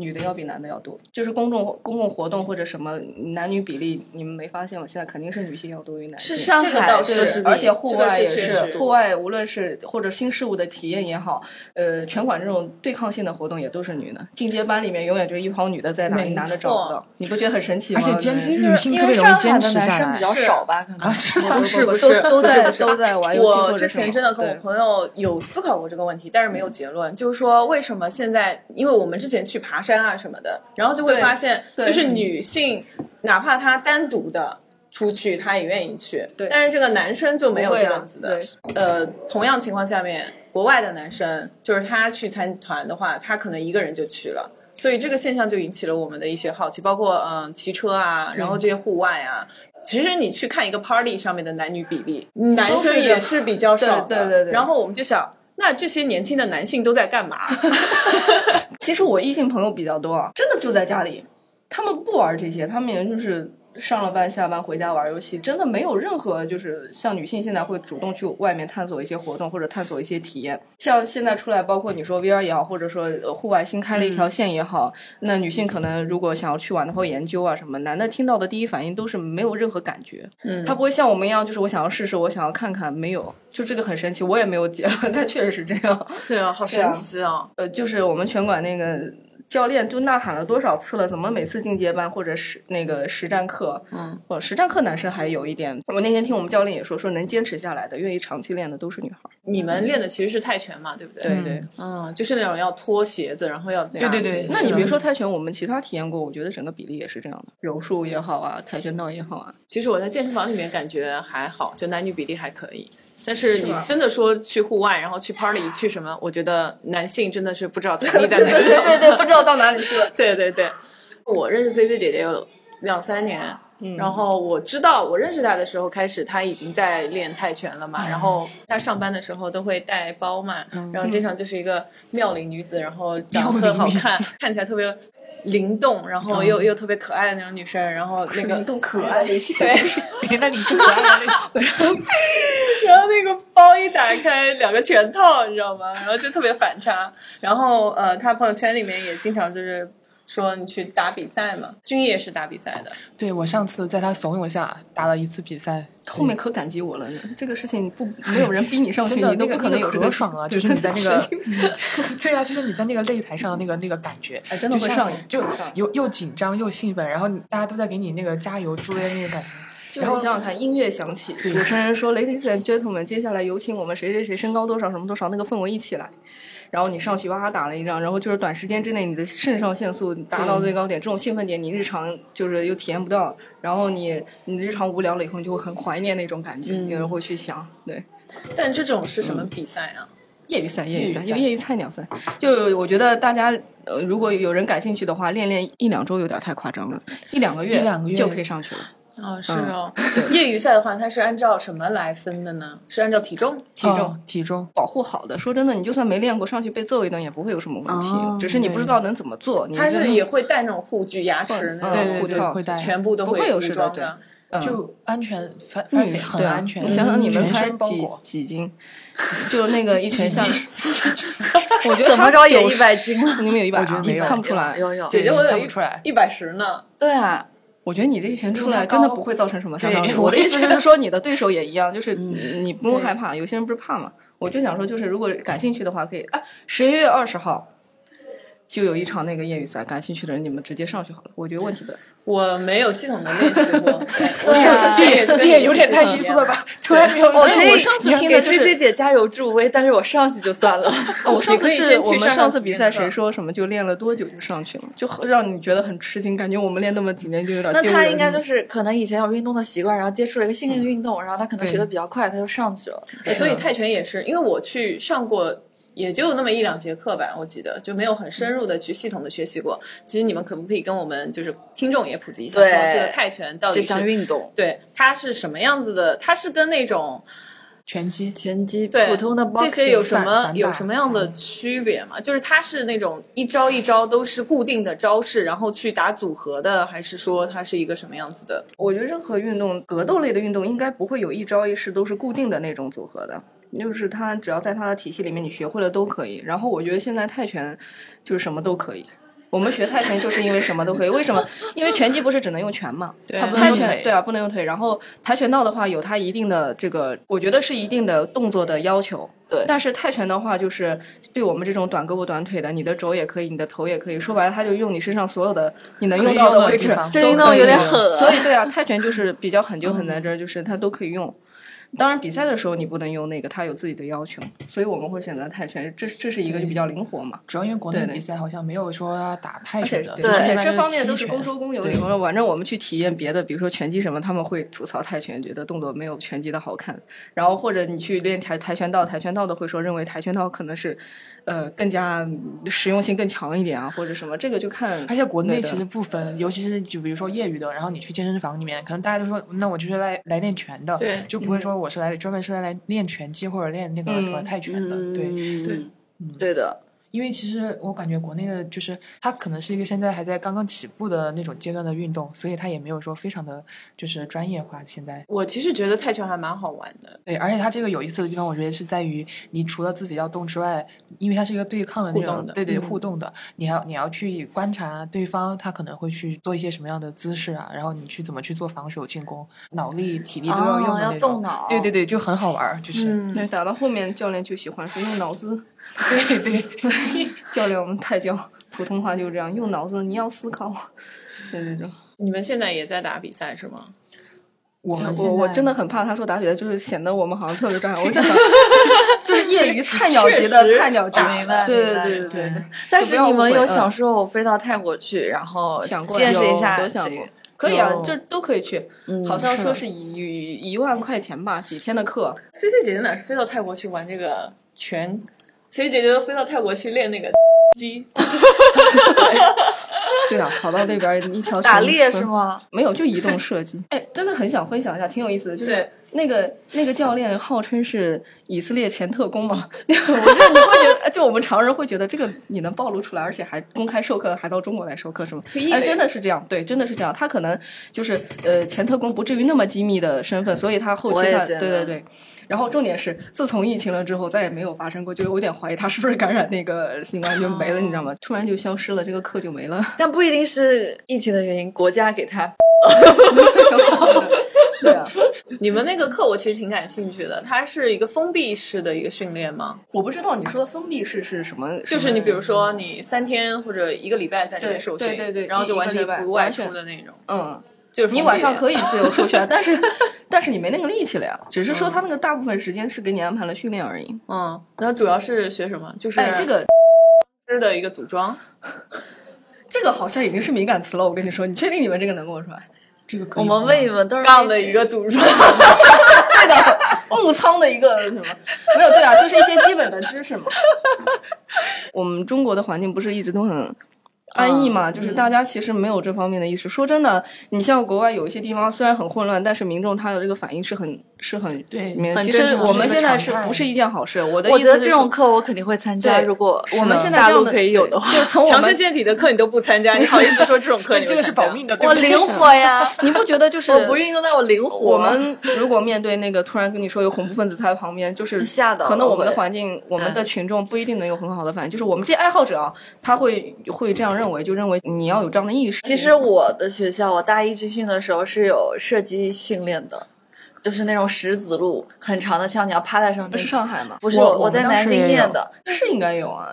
Speaker 3: 女的要比男的要多，就是公众公共活动或者什么男女比例，你们没发现吗？现在肯定是女性要多于男性。
Speaker 1: 是上
Speaker 2: 这个倒
Speaker 1: 海
Speaker 2: 是
Speaker 1: 这是
Speaker 3: 而且户外也
Speaker 2: 这个是确实
Speaker 3: 户外无论是或者新事物的体验也好，呃，拳馆这种对抗性的活动也都是女的。进阶班里面永远就是一帮女的在打，
Speaker 2: 没错
Speaker 3: 男的找不到，你不觉得很神奇吗？嗯
Speaker 4: 而且坚
Speaker 3: 对
Speaker 4: 持
Speaker 1: 就
Speaker 4: 女
Speaker 1: 是
Speaker 4: 性
Speaker 1: 因
Speaker 4: 特
Speaker 1: 为
Speaker 4: 别容易
Speaker 1: 上海
Speaker 4: 坚
Speaker 1: 的
Speaker 4: 持
Speaker 1: 男
Speaker 4: 下
Speaker 1: 生
Speaker 4: 来
Speaker 1: 比较
Speaker 2: 是
Speaker 1: 少吧，可 能
Speaker 4: 啊，是
Speaker 3: 不
Speaker 4: 吗？
Speaker 2: 是不
Speaker 3: 不
Speaker 2: 是
Speaker 3: 都都
Speaker 2: 不
Speaker 3: 在
Speaker 2: 是不是
Speaker 3: 都在玩游戏或
Speaker 2: 我
Speaker 3: 者
Speaker 2: 之
Speaker 3: 什么
Speaker 2: 前真的跟我
Speaker 3: 对嗯
Speaker 2: 朋友有思考过这个问题，但是没有结论。就是说，为什么现在，因为我们之前去爬山啊什么的，然后就会
Speaker 3: 对
Speaker 2: 发现，
Speaker 3: 对
Speaker 2: 就是女性，哪怕她单独的出去，她也愿意去。
Speaker 3: 对
Speaker 2: 但是这个男生就没有
Speaker 3: 不
Speaker 2: 这
Speaker 3: 会了
Speaker 2: 样子的。呃，同样情况下面，国外的男生，就是他去参团的话，他可能一个人就去了。所以这个现象就引起了我们的一些好奇，包括嗯、呃骑车啊，然后这些户外啊，其实你去看一个 party 上面的男女比例，男生也是比较少的，
Speaker 3: 对对对对
Speaker 2: 然后我们就想，那这些年轻的男性都在干嘛？
Speaker 3: 其实我异性朋友比较多，啊，真的就在家里，他们不玩这些，他们也就是上了班、下班回家玩游戏，真的没有任何就是像女性现在会主动去外面探索一些活动或者探索一些体验。像现在出来，包括你说 VR 也好，或者说呃户外新开了一条线也好，那女性可能如果想要去玩的话，研究啊什么，男的听到的第一反应都是没有任何感觉，
Speaker 2: 嗯
Speaker 3: 他不会像我们一样，就是我想要试试，我想要看看，没有，就这个很神奇，我也没有结论， 但确实是这样。
Speaker 2: 对啊，好神奇啊！
Speaker 3: 呃，就是我们拳馆那个教练就呐喊了多少次了，怎么每次进阶班或者实那个实战课，嗯，哦，实战课男生还有一点，我那天听我们教练也说，说能坚持下来的、愿意长期练的都是女孩儿。
Speaker 2: 你们练的其实是泰拳嘛，对不对？对
Speaker 3: 对，
Speaker 2: 嗯，就是那种要脱鞋子，然后要对
Speaker 4: 对对
Speaker 3: 那
Speaker 4: 是啊
Speaker 3: 你
Speaker 4: 的
Speaker 3: 别说泰拳，我们其他体验过，我觉得整个比例也是这样的，柔术也好啊，跆拳道也好啊，
Speaker 2: 其实我在健身房里面感觉还好，就男女比例还可以。但是你
Speaker 3: 吧
Speaker 2: 真的说去户外，然后去 party 去什么，我觉得男性真的是不知道藏匿在哪里。
Speaker 3: 对，不知道到哪里去了。
Speaker 2: 对对对，我认识 C C 姐姐有两三年，然后我知道我认识她的时候开始，她已经在练泰拳了嘛，然后她上班的时候都会带包嘛，然后经常就是一个妙龄女子，然后长得
Speaker 4: 妙
Speaker 2: 特
Speaker 4: 龄
Speaker 2: 好
Speaker 4: 女子
Speaker 2: 看，看起来特别。灵动，然后又、又特别可爱的那种女生，然后那个灵动可爱一些，对，
Speaker 4: 那你是可爱的类型。
Speaker 2: 然后那个包一打开，两个拳套，你知道吗？然后就特别反差。然后呃，他朋友圈里面也经常就是说你去打比赛嘛，军也是打比赛的，
Speaker 4: 对我上次在他怂恿下打了一次比赛，
Speaker 3: 后面可感激我了呢，这个事情不没有人逼你上去，
Speaker 4: 真的
Speaker 3: 你都
Speaker 4: 那
Speaker 3: 不
Speaker 4: 个
Speaker 3: 可能
Speaker 4: 那个
Speaker 3: 有这
Speaker 4: 可
Speaker 3: 个
Speaker 4: 爽啊就是你在那 个
Speaker 3: 神经病
Speaker 4: 对啊，就是你在那个擂台上的那个那个感觉，
Speaker 3: 哎真的
Speaker 4: 就
Speaker 3: 会
Speaker 4: 像
Speaker 3: 上瘾
Speaker 4: 就
Speaker 3: 会上瘾
Speaker 4: 又又紧张又兴奋，然后你大家都在给你那个加油助威的那个感觉。
Speaker 3: 就是你想想看，音乐响起，主持人说：“Ladies and gentlemen，接下来有请我们谁谁谁身高多少什么多少，那个氛围一起来。”然后你上去哇哇打了一仗，然后就是短时间之内你的肾上腺素达到最高点，这种兴奋点你日常就是又体验不到，然后你你日常无聊了以后，你就会很怀念那种感觉，有人会去想，对。
Speaker 2: 但这种是什么比赛啊？
Speaker 3: 业余赛，业余赛，
Speaker 4: 业余赛
Speaker 3: 就业余菜鸟赛。就我觉得大家，呃，如果有人感兴趣的话，练练一两周有点太夸张了，一两个月
Speaker 4: 一两个月
Speaker 3: 就可以上去了。
Speaker 2: 哦，是哦。业余赛的话，它是按照什么来分的呢？是按照体重？
Speaker 3: 体重、
Speaker 4: 哦体重，
Speaker 3: 保护好的。说真的，你就算没练过，上去被揍一顿也不会有什么问题，
Speaker 1: 哦
Speaker 3: 只是你不知道能嗯怎么做。你
Speaker 2: 它
Speaker 3: 就是
Speaker 2: 也会带那种护具、牙齿那
Speaker 3: 对
Speaker 2: 种
Speaker 4: 对
Speaker 2: 护
Speaker 3: 护
Speaker 4: 对
Speaker 3: 照
Speaker 4: 对，会带，
Speaker 2: 全部都
Speaker 3: 不会有
Speaker 2: 武
Speaker 3: 事的
Speaker 2: 装
Speaker 3: 对
Speaker 2: 的。
Speaker 4: 就安全，反反正
Speaker 3: 嗯
Speaker 4: 很
Speaker 3: 对啊
Speaker 4: 安全。嗯
Speaker 3: 你想想，你们
Speaker 4: 全
Speaker 3: 才
Speaker 4: 身包
Speaker 3: 几
Speaker 4: 裹，
Speaker 3: 几斤？就那个一拳下来，我觉得
Speaker 1: 怎么着也
Speaker 3: 他
Speaker 1: 一百斤了。
Speaker 3: 90，你们有一百
Speaker 4: 我觉
Speaker 3: 啊，
Speaker 4: 得没有
Speaker 3: 看不出来。
Speaker 1: 有有，
Speaker 2: 姐姐，我有
Speaker 4: 看
Speaker 2: 一
Speaker 4: 不出来
Speaker 2: 一百十呢。
Speaker 1: 对啊，
Speaker 3: 我觉得你这一拳出来
Speaker 4: 因为他
Speaker 3: 真的
Speaker 4: 高
Speaker 3: 不会造成什么伤 伤。
Speaker 4: 对
Speaker 3: 我的
Speaker 4: 我
Speaker 3: 意思就是说，你的对手也一样，就是
Speaker 1: 嗯
Speaker 3: 你不用害怕。有些人不是怕嘛，我就想说，就是如果感兴趣的话，可以啊，十一月二十号。就有一场那个业余赛，感兴趣的人你们直接上去好了，我觉得问题不大。
Speaker 2: 我没有系统的练习 过，对
Speaker 1: 对啊
Speaker 4: 这也这也有点太迅速了？吧？突 然没有，
Speaker 1: 我
Speaker 3: 因
Speaker 1: 可
Speaker 3: 为
Speaker 1: 以
Speaker 3: 我上次
Speaker 1: 你
Speaker 3: 听
Speaker 1: 给
Speaker 3: 的就是
Speaker 1: C C 姐加油助威，但是我上去就算了。
Speaker 3: 啊我上次
Speaker 2: 你可以
Speaker 3: 是
Speaker 2: 先去
Speaker 3: 我们
Speaker 2: 上
Speaker 3: 上次比赛，
Speaker 2: 上
Speaker 3: 谁说什么就练了多久就上去了，就很让你觉得很吃惊，感觉我们练那么几年就有点
Speaker 1: 那
Speaker 3: 丢人。
Speaker 1: 他应该就是可能以前有运动的习惯，然后接触了一个新的运动，然后他可能
Speaker 4: 对
Speaker 1: 学的比较快，他就上去了。
Speaker 2: 所以泰拳也是，因为我去上过。也就那么一两节课吧，我记得就没有很深入的去系统的学习过。
Speaker 4: 嗯
Speaker 2: 其实你们可不可以跟我们就是听众也普及一下，说
Speaker 1: 对
Speaker 2: 这个泰拳到
Speaker 1: 这
Speaker 2: 底是
Speaker 1: 项运动，
Speaker 2: 对它是什么样子的？它是跟那种
Speaker 4: 全鸡，
Speaker 1: 拳击
Speaker 2: 对
Speaker 1: 普通的 boxing
Speaker 2: 这些有什
Speaker 4: 散散
Speaker 2: 么
Speaker 4: 打
Speaker 2: 有什么样的区别吗？就是它是那种一招一招都是固定的招式，然后去打组合的，还是说它是一个什么样子的？
Speaker 3: 我觉得任何运动，格斗类的运动应该不会有一招一式都是固定的那种组合的，就是它只要在它的体系里面，你学会了都可以。然后我觉得现在泰拳就是什么都可以。我们学泰拳就是因为什么都可以，为什么？因为拳击不是只能用拳嘛，
Speaker 4: 它不能
Speaker 3: 泰
Speaker 4: 用
Speaker 3: 拳
Speaker 4: 腿。
Speaker 3: 对啊，不能用腿。然后跆拳道的话，有它一定的这个，我觉得是一定的动作的要求。
Speaker 1: 对
Speaker 3: 但是泰拳的话，就是对我们这种短胳膊短腿的，你的肘也可以，你的头也可以。说白了，它就用你身上所有的你能用到
Speaker 4: 用的
Speaker 3: 位
Speaker 4: 地
Speaker 3: 置。
Speaker 4: 方
Speaker 1: 这
Speaker 4: 都
Speaker 1: 运动
Speaker 4: 可以
Speaker 1: 有点
Speaker 4: 用
Speaker 1: 狠
Speaker 3: 所以对啊，泰拳就是比较狠就狠在这儿，就是它都可以用。当然，比赛的时候你不能用那个，它有自己的要求，所以我们会选择泰拳。这这是一个就比较灵活嘛，
Speaker 4: 主要因为国内
Speaker 3: 对对
Speaker 4: 比赛好像没有说打泰
Speaker 3: 而且
Speaker 4: 拳的，
Speaker 1: 对
Speaker 3: 而
Speaker 1: 现
Speaker 3: 且
Speaker 4: 一般
Speaker 3: 这方
Speaker 4: 踢
Speaker 3: 面都是
Speaker 4: 拳
Speaker 3: 公说公有理。
Speaker 4: 对
Speaker 3: 反正反正我们去体验别的，比如说拳击什么，他们会吐槽泰拳，觉得动作没有拳击的好看。然后或者你去练跆跆拳道，跆拳道的会说认为跆拳道可能是，呃，更加实用性更强一点啊，或者什么，这个就看。
Speaker 4: 而且国内
Speaker 3: 对的
Speaker 4: 其实不分，尤其是就比如说业余的，然后你去健身房里面，可能大家都说，那我就是来来练拳的，
Speaker 2: 对
Speaker 4: 就不会说我是来专门是来来练拳击或者练那个什么
Speaker 3: 嗯
Speaker 4: 泰拳的，
Speaker 1: 嗯，
Speaker 4: 对，
Speaker 1: 对对的，
Speaker 4: 因为其实我感觉国内的就是它可能是一个现在还在刚刚起步的那种阶段的运动，所以它也没有说非常的就是专业化。现在
Speaker 2: 我其实觉得泰拳还蛮好玩的，
Speaker 4: 对，而且它这个有意思的地方，我觉得是在于你除了自己要动之外，因为它是一个对抗的那
Speaker 2: 互动
Speaker 4: 种，
Speaker 2: 的
Speaker 4: 对对互动的，你还要你要去观察对方他可能会去做一些什么样的姿势啊，然后你去怎么去做防守进攻，脑力体力都要用
Speaker 1: 哦
Speaker 4: 的
Speaker 1: 要
Speaker 4: 那种。
Speaker 1: 动脑，
Speaker 4: 对对对，就很好玩儿，就是、
Speaker 2: 嗯
Speaker 3: 对，嗯打到后面教练就喜欢说用脑 子，对对，教练我们太教普通话就这样，用脑子你要思考， 对对对，
Speaker 2: 你们现在也在打比赛是吗？
Speaker 4: 我们
Speaker 3: 我我
Speaker 4: 现在
Speaker 3: 真的很怕他说打比赛，就是显得我们好像特别专业，我真的就是业余菜鸟级的
Speaker 2: 确实
Speaker 3: 菜鸟级，
Speaker 1: 明白
Speaker 3: 对
Speaker 1: 明
Speaker 3: 对
Speaker 1: 白
Speaker 3: 对对
Speaker 1: 明
Speaker 3: 对对，
Speaker 1: 但
Speaker 3: 不
Speaker 1: 是
Speaker 3: 要
Speaker 1: 你
Speaker 3: 误
Speaker 1: 们
Speaker 3: 会
Speaker 1: 有
Speaker 3: 嗯
Speaker 1: 想说我飞到泰国去，然后
Speaker 3: 想过
Speaker 1: 见识一下
Speaker 3: 有都想
Speaker 1: 这
Speaker 3: 过
Speaker 1: 个，
Speaker 3: 可以啊
Speaker 4: 有，
Speaker 3: 这都可以去，
Speaker 1: 嗯，
Speaker 3: 好像
Speaker 4: 是
Speaker 3: 说
Speaker 4: 的
Speaker 3: 是一一万块钱吧，几天的课，
Speaker 2: C C 姐姐哪是飞到泰国去玩这个拳？C C 姐姐都飞到泰国去练那 个击，
Speaker 3: 对啊，跑到那边一条
Speaker 1: 打
Speaker 3: 绳
Speaker 1: 猎
Speaker 3: 嗯
Speaker 1: 是吗？
Speaker 3: 没有，就移动射击。 哎，真的很想分享一下，挺有意思的。就是
Speaker 2: 对
Speaker 3: 那个那个教练号称是以色列前特工嘛， 我觉得你会觉得，就我们常人会觉得这个你能暴露出来，而且还公开授课，还到中国来授课是吗
Speaker 2: 退役？了
Speaker 3: 哎，
Speaker 2: 呀
Speaker 3: 真的是这样，对，真的是这样。他可能就是呃前特工不至于那么机密的身份，所以他后
Speaker 1: 我
Speaker 3: 期
Speaker 1: 也
Speaker 3: 他
Speaker 1: 觉
Speaker 3: 对
Speaker 1: 得
Speaker 3: 对对。然后重点是，自从疫情了之后，再也没有发生过，就有点怀疑他是不是感染那个新冠就没了，你知道吗？突然就消失了，这个课就没了。
Speaker 1: 但不一定是疫情的原因，国家给他
Speaker 3: 对啊，
Speaker 2: 你们那个课我其实挺感兴趣的，它是一个封闭式的一个训练吗？
Speaker 3: 我不知道你说的封闭式是什么，
Speaker 2: 就是你比如说你三天或者一个礼拜在里面
Speaker 3: 对
Speaker 2: 受训，
Speaker 3: 对对对
Speaker 2: 然后就
Speaker 3: 一
Speaker 2: 完
Speaker 3: 一个
Speaker 2: 全
Speaker 3: 礼拜
Speaker 2: 不外
Speaker 3: 完全
Speaker 2: 出的那种，
Speaker 3: 嗯，
Speaker 2: 就是
Speaker 3: 你晚上可
Speaker 2: 以
Speaker 3: 以自由出 去啊，但是但是你没那个力气了呀。只是说他那个大部分时间是给你安排了训练而已。
Speaker 2: 嗯，然后主要是学什么？就是
Speaker 3: 哎，这个
Speaker 2: 吃的一个组装，
Speaker 3: 这个好像已经是敏感词了，我跟你说，你确定你们这个能跟我说？
Speaker 4: 这个可
Speaker 1: 我
Speaker 4: 以
Speaker 1: 们
Speaker 4: 吗
Speaker 1: 问一问，都是
Speaker 2: 杠的一个组 装，
Speaker 3: 对的，木仓的一个什么？没有，对啊，就是一些基本的知识嘛。我们中国的环境不是一直都很安逸嘛，就是大家其实没有这方面的意识。说真的，你像国外有一些地方虽然很混乱，但是民众他的这个反应是很是很
Speaker 4: 对
Speaker 3: 明
Speaker 4: 反
Speaker 3: 其
Speaker 4: 正
Speaker 3: 实
Speaker 4: 就是
Speaker 3: 我们
Speaker 4: 一个
Speaker 3: 现在
Speaker 4: 常
Speaker 3: 是
Speaker 4: 态
Speaker 3: 不是一件好事？我的
Speaker 1: 我
Speaker 3: 意
Speaker 1: 觉
Speaker 3: 思
Speaker 1: 得
Speaker 3: 是
Speaker 1: 这种课我肯定会参加，
Speaker 3: 对
Speaker 1: 如果是
Speaker 3: 我们现在
Speaker 1: 大
Speaker 3: 这样
Speaker 1: 陆
Speaker 3: 的
Speaker 1: 可以有的话，
Speaker 3: 就从我
Speaker 2: 强
Speaker 3: 们
Speaker 2: 身健体的课你都不参加，你好意思说这种 课？你
Speaker 4: 这
Speaker 2: 会
Speaker 4: 个是
Speaker 2: 参加嗯
Speaker 4: 保命的，对
Speaker 1: 我
Speaker 4: 不对
Speaker 1: 灵活呀，
Speaker 3: 你不觉得就是
Speaker 1: 我不运动，但我灵活。
Speaker 3: 我们如果面对那个突然跟你说有恐怖分子在旁边，就是
Speaker 1: 吓到了
Speaker 3: 可能我们的
Speaker 1: 会
Speaker 3: 环境，我们的群众不一定能有很好的反应。就是我们这些爱好者啊，他会会这样认为，就认为你要有这样的意识。
Speaker 1: 其实我的学校，我大一军训的时候是有射击训练的，就是那种十字路很长的枪，你要趴在上面。
Speaker 3: 是上海嘛，
Speaker 1: 不是
Speaker 4: 我
Speaker 1: 我
Speaker 4: 我
Speaker 1: 在
Speaker 4: 们当
Speaker 1: 南
Speaker 4: 时
Speaker 1: 京
Speaker 4: 也
Speaker 1: 念
Speaker 4: 有
Speaker 1: 的，
Speaker 3: 是应该有啊。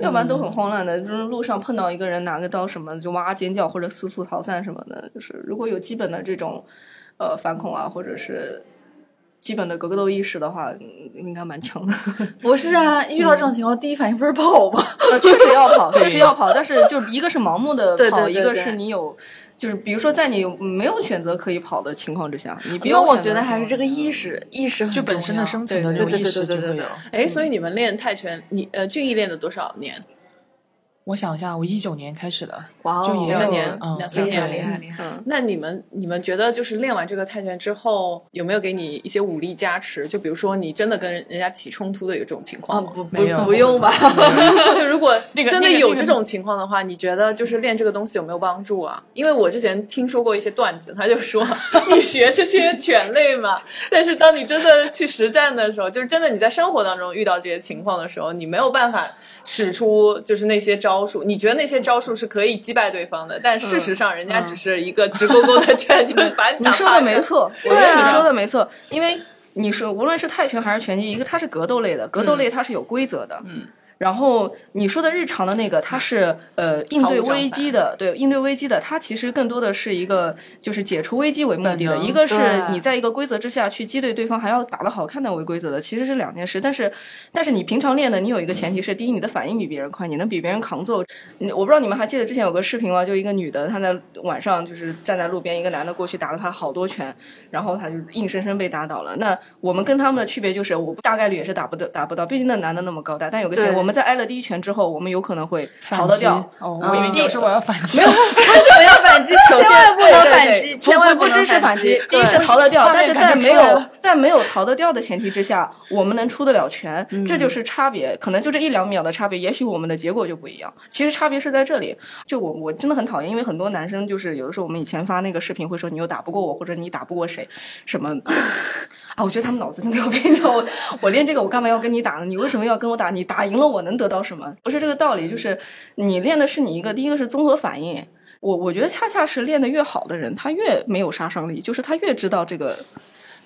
Speaker 3: 要不然都很慌乱的，就是路上碰到一个人拿个刀什么的，就哇尖叫或者四处逃散什么的。就是如果有基本的这种，呃，反恐啊，或者是基本的格斗意识的话，嗯应该蛮强的。
Speaker 1: 不是啊，遇到这种情况，第一反应不是跑吗？
Speaker 3: 呃，确实要跑，
Speaker 4: 对
Speaker 3: 确实要跑，但是就是一个是盲目的跑，
Speaker 1: 对对对
Speaker 3: 一个
Speaker 1: 对
Speaker 3: 是你有，就是比如说在你没有选择可以跑的情况之下，你不
Speaker 1: 因为
Speaker 3: 用。
Speaker 1: 我觉得还是这个意。识，意识很
Speaker 4: 就本
Speaker 1: 重
Speaker 4: 身的
Speaker 1: 要
Speaker 4: 生存的
Speaker 1: 对
Speaker 4: 那种
Speaker 1: 对
Speaker 4: 意
Speaker 1: 对对
Speaker 4: 识就
Speaker 1: 对对
Speaker 4: 会
Speaker 1: 对
Speaker 4: 有。
Speaker 2: 哎，所以你们练泰拳，你呃俊逸练了多少年？
Speaker 4: 我想一下，我一九年开始的，
Speaker 1: 哇哦，
Speaker 4: 就也
Speaker 2: 三
Speaker 4: 有
Speaker 2: 年
Speaker 4: 嗯，
Speaker 2: 两三
Speaker 1: 厉
Speaker 2: 年
Speaker 1: 害厉害厉害！
Speaker 3: 嗯，
Speaker 2: 那你们你们觉得就是练完这个泰拳之后，有没有给你一些武力加持？就比如说你真的跟人家起冲突的有这种情
Speaker 1: 啊，
Speaker 2: 况吗？
Speaker 1: 不不
Speaker 4: 没有
Speaker 1: 不用吧？
Speaker 2: 就如果
Speaker 4: 那个
Speaker 2: 真的
Speaker 4: 那个
Speaker 2: 有这
Speaker 4: 那个
Speaker 2: 种情况的话，你觉得就是练这个东西有没有帮助啊？因为我之前听说过一些段子，他就说 你学这些犬类嘛，但是当你真的去实战的时候，就是真的你在生活当中遇到这些情况的时候，你没有办法使出就是那些招数。你觉得那些招数是可以击败对方的，
Speaker 4: 嗯
Speaker 2: 但事实上人家只是一个直勾勾的拳就把你打
Speaker 3: 你说的
Speaker 2: 趴
Speaker 3: 没
Speaker 2: 着。
Speaker 3: 错，我觉得你说的没错，因为你说无论是泰拳还是拳击，一个它是格斗类的，格斗类它是有规则的，嗯。然后你说的日常的那个，它是呃应对危机的，对应对危机的，它其实更多的是一个就是解除危机为目的的，
Speaker 4: 本能
Speaker 3: 一个是
Speaker 1: 对
Speaker 3: 你在一个规则之下去击对对方，还要打得好看的为规则的，其实是两件事。但是但是你平常练的，你有一个前提是，第一你的反应比别人快，你能比别人扛揍，你我不知道你们还记得之前有个视频吗？就一个女的，她在晚上就是站在路边，一个男的过去打了她好多拳，然后她就硬生生被打倒了。那我们跟他们的区别就是，我大概率也是打不得打不到，毕竟那男的那么高大。但有个前提，
Speaker 1: 对
Speaker 3: 我们在挨了第一拳之后，我们有可能会
Speaker 4: 反
Speaker 3: 逃得
Speaker 4: 击
Speaker 3: 掉。
Speaker 4: 哦，我以为
Speaker 1: 嗯
Speaker 4: 你要说我要反击，
Speaker 1: 为什么要反击？
Speaker 3: 首
Speaker 1: 千
Speaker 3: 先
Speaker 1: 万不能
Speaker 3: 对对
Speaker 1: 反
Speaker 3: 对
Speaker 1: 击，
Speaker 3: 不
Speaker 1: 千万
Speaker 3: 不
Speaker 1: 能
Speaker 3: 支持
Speaker 1: 反
Speaker 3: 击。第
Speaker 1: 对
Speaker 3: 一是逃得掉，
Speaker 4: 画面
Speaker 3: 但是
Speaker 4: 感
Speaker 3: 在
Speaker 4: 就
Speaker 3: 没
Speaker 4: 出来
Speaker 3: 有
Speaker 4: 了
Speaker 3: 在没有逃得掉的前提之下，我们能出得了拳，这就是差别。可能就这一两秒的差别，也许我们的结果就不一样。其实差别是在这里。就我我真的很讨厌，因为很多男生就是有的时候我们以前发那个视频会说你又打不过我，或者你打不过谁，什么。啊，我觉得他们脑子真的有病。我我练这个，我干嘛要跟你打呢？你为什么要跟我打？你打赢了，我能得到什么？不是这个道理，就是你练的是你一个，第一个是综合反应。我我觉得恰恰是练得越好的人，他越没有杀伤力，就是他越知道这个，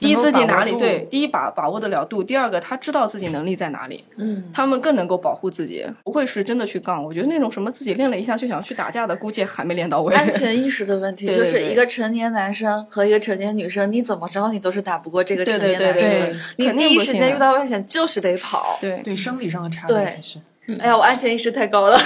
Speaker 3: 第一
Speaker 4: 能够
Speaker 3: 自己
Speaker 4: 把握
Speaker 3: 哪里
Speaker 4: 度
Speaker 3: 对，第一把把握得了度，第二个他知道自己能力在哪里，
Speaker 2: 嗯，
Speaker 3: 他们更能够保护自己，不会是真的去杠。我觉得那种什么自己练了一下就想去打架的，估计还没练到 位。
Speaker 1: 安全意识的问题，
Speaker 3: 对
Speaker 1: 就
Speaker 3: 对
Speaker 1: 是
Speaker 3: 对
Speaker 1: 一个成年男生和一个成年女生，你怎么着你都是打不过这个成
Speaker 3: 对
Speaker 1: 年
Speaker 3: 对
Speaker 1: 男
Speaker 3: 对
Speaker 1: 生
Speaker 3: 对
Speaker 1: 的。，你
Speaker 3: 肯定
Speaker 1: 第一
Speaker 3: 不
Speaker 1: 时
Speaker 3: 行
Speaker 1: 间
Speaker 3: 的
Speaker 1: 遇到危险就是得跑。
Speaker 3: 对
Speaker 4: 对生理上的差别
Speaker 1: 对
Speaker 4: 还是
Speaker 1: 哎呀，我安全意识太高了。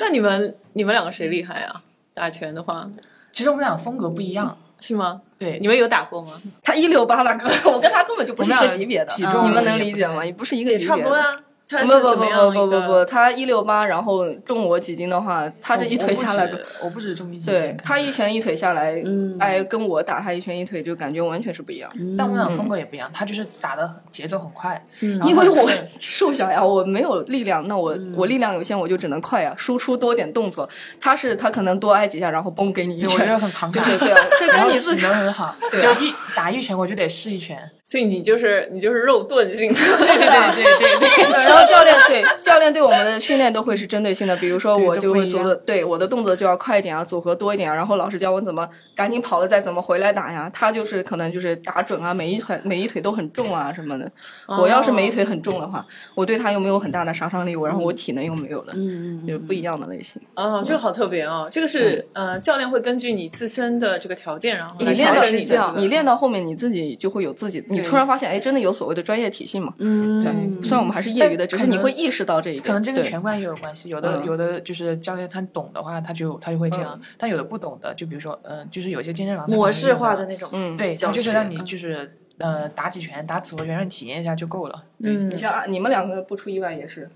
Speaker 2: 那你们你们两个谁厉害啊？打拳的话
Speaker 4: 其实我们俩风格不一样，
Speaker 2: 是吗？
Speaker 4: 对
Speaker 2: 你们有打过吗？
Speaker 3: 他一六八大哥， 我跟他根本就不是一
Speaker 4: 我
Speaker 3: 个
Speaker 4: 们俩
Speaker 3: 级别的，嗯
Speaker 4: 体
Speaker 1: 重
Speaker 3: 你们能
Speaker 4: 也
Speaker 3: 理
Speaker 4: 不
Speaker 3: 解
Speaker 4: 太
Speaker 3: 吗？也不是一个
Speaker 2: 也
Speaker 3: 级别
Speaker 2: 差不多
Speaker 3: 的。
Speaker 2: 呀。不
Speaker 3: 不不不不不不不，他一六八，然后中我几斤的话，他这一腿下来，
Speaker 4: 我不止我不止重击击
Speaker 3: 对他一拳一腿下来，
Speaker 1: 嗯
Speaker 3: 哎，跟我打他一拳一腿就感觉完全是不一样。
Speaker 4: 但我们俩风格也不一样，他就是打的节奏很快，然后
Speaker 3: 因为
Speaker 4: 很
Speaker 3: 我
Speaker 4: 顺
Speaker 3: 瘦小呀，我没有力量，那我、
Speaker 4: 嗯
Speaker 3: 我力量有限，我就只能快呀，输出多点动作。他是他可能多挨几下，然后嘣给你一
Speaker 4: 对我觉得
Speaker 3: 拳，
Speaker 4: 很扛
Speaker 3: 对
Speaker 4: 打，
Speaker 3: 对对啊，这
Speaker 4: 然
Speaker 3: 跟
Speaker 4: 后
Speaker 3: 你自
Speaker 4: 体
Speaker 3: 己
Speaker 4: 能很好，就一打一拳我就得试一拳，
Speaker 2: 所以你就是你就是肉盾型的，
Speaker 4: 对对对对 对，
Speaker 3: 然后教练对教练对我们的训练都会是针对性的，比如说
Speaker 4: 对
Speaker 3: 我
Speaker 4: 都
Speaker 3: 就
Speaker 4: 不
Speaker 3: 会
Speaker 4: 一
Speaker 3: 觉
Speaker 4: 样
Speaker 3: 得对我的动作就要快一点啊，组合多一点啊，然后老师教我怎么赶紧跑了再怎么回来打呀。他就是可能就是打准啊，每一腿每一腿都很重啊什么的。我要是每一腿很重的话，我对他又没有很大的杀伤力，我然后我体能又没有了，
Speaker 1: 嗯
Speaker 3: 就是不一样的类型。
Speaker 4: 嗯
Speaker 2: 哦，这个好特别哦，这个是呃，教练会根据你自身的这个条件，然后来
Speaker 1: 你练
Speaker 2: 调
Speaker 1: 到
Speaker 2: 整你
Speaker 1: 是这
Speaker 2: 的
Speaker 1: 样
Speaker 3: 你练到后面你自己就会有自己，你突然发现哎，真的有所谓的专业体系嘛？
Speaker 1: 嗯，
Speaker 3: 对，虽然我们还是业余的，
Speaker 4: 但
Speaker 3: 只
Speaker 4: 可
Speaker 3: 是你
Speaker 4: 能
Speaker 3: 会意识到这一点。
Speaker 4: 可能这跟
Speaker 3: 对
Speaker 4: 拳馆也有关系，有的、
Speaker 3: 嗯
Speaker 4: 有的就是教练他懂的话，他就他就会这样；但有的不懂的，就比如说，嗯、就是有些健身房它可能
Speaker 1: 模式
Speaker 4: 用
Speaker 1: 化的，那种。
Speaker 3: 嗯，
Speaker 4: 对，
Speaker 1: 教
Speaker 4: 他就是
Speaker 1: 学
Speaker 4: 让你
Speaker 1: 嗯
Speaker 4: 就是呃打几拳，打组合拳让你体验一下就够了。
Speaker 2: 嗯
Speaker 3: 你，像啊你们两个不出意外也是，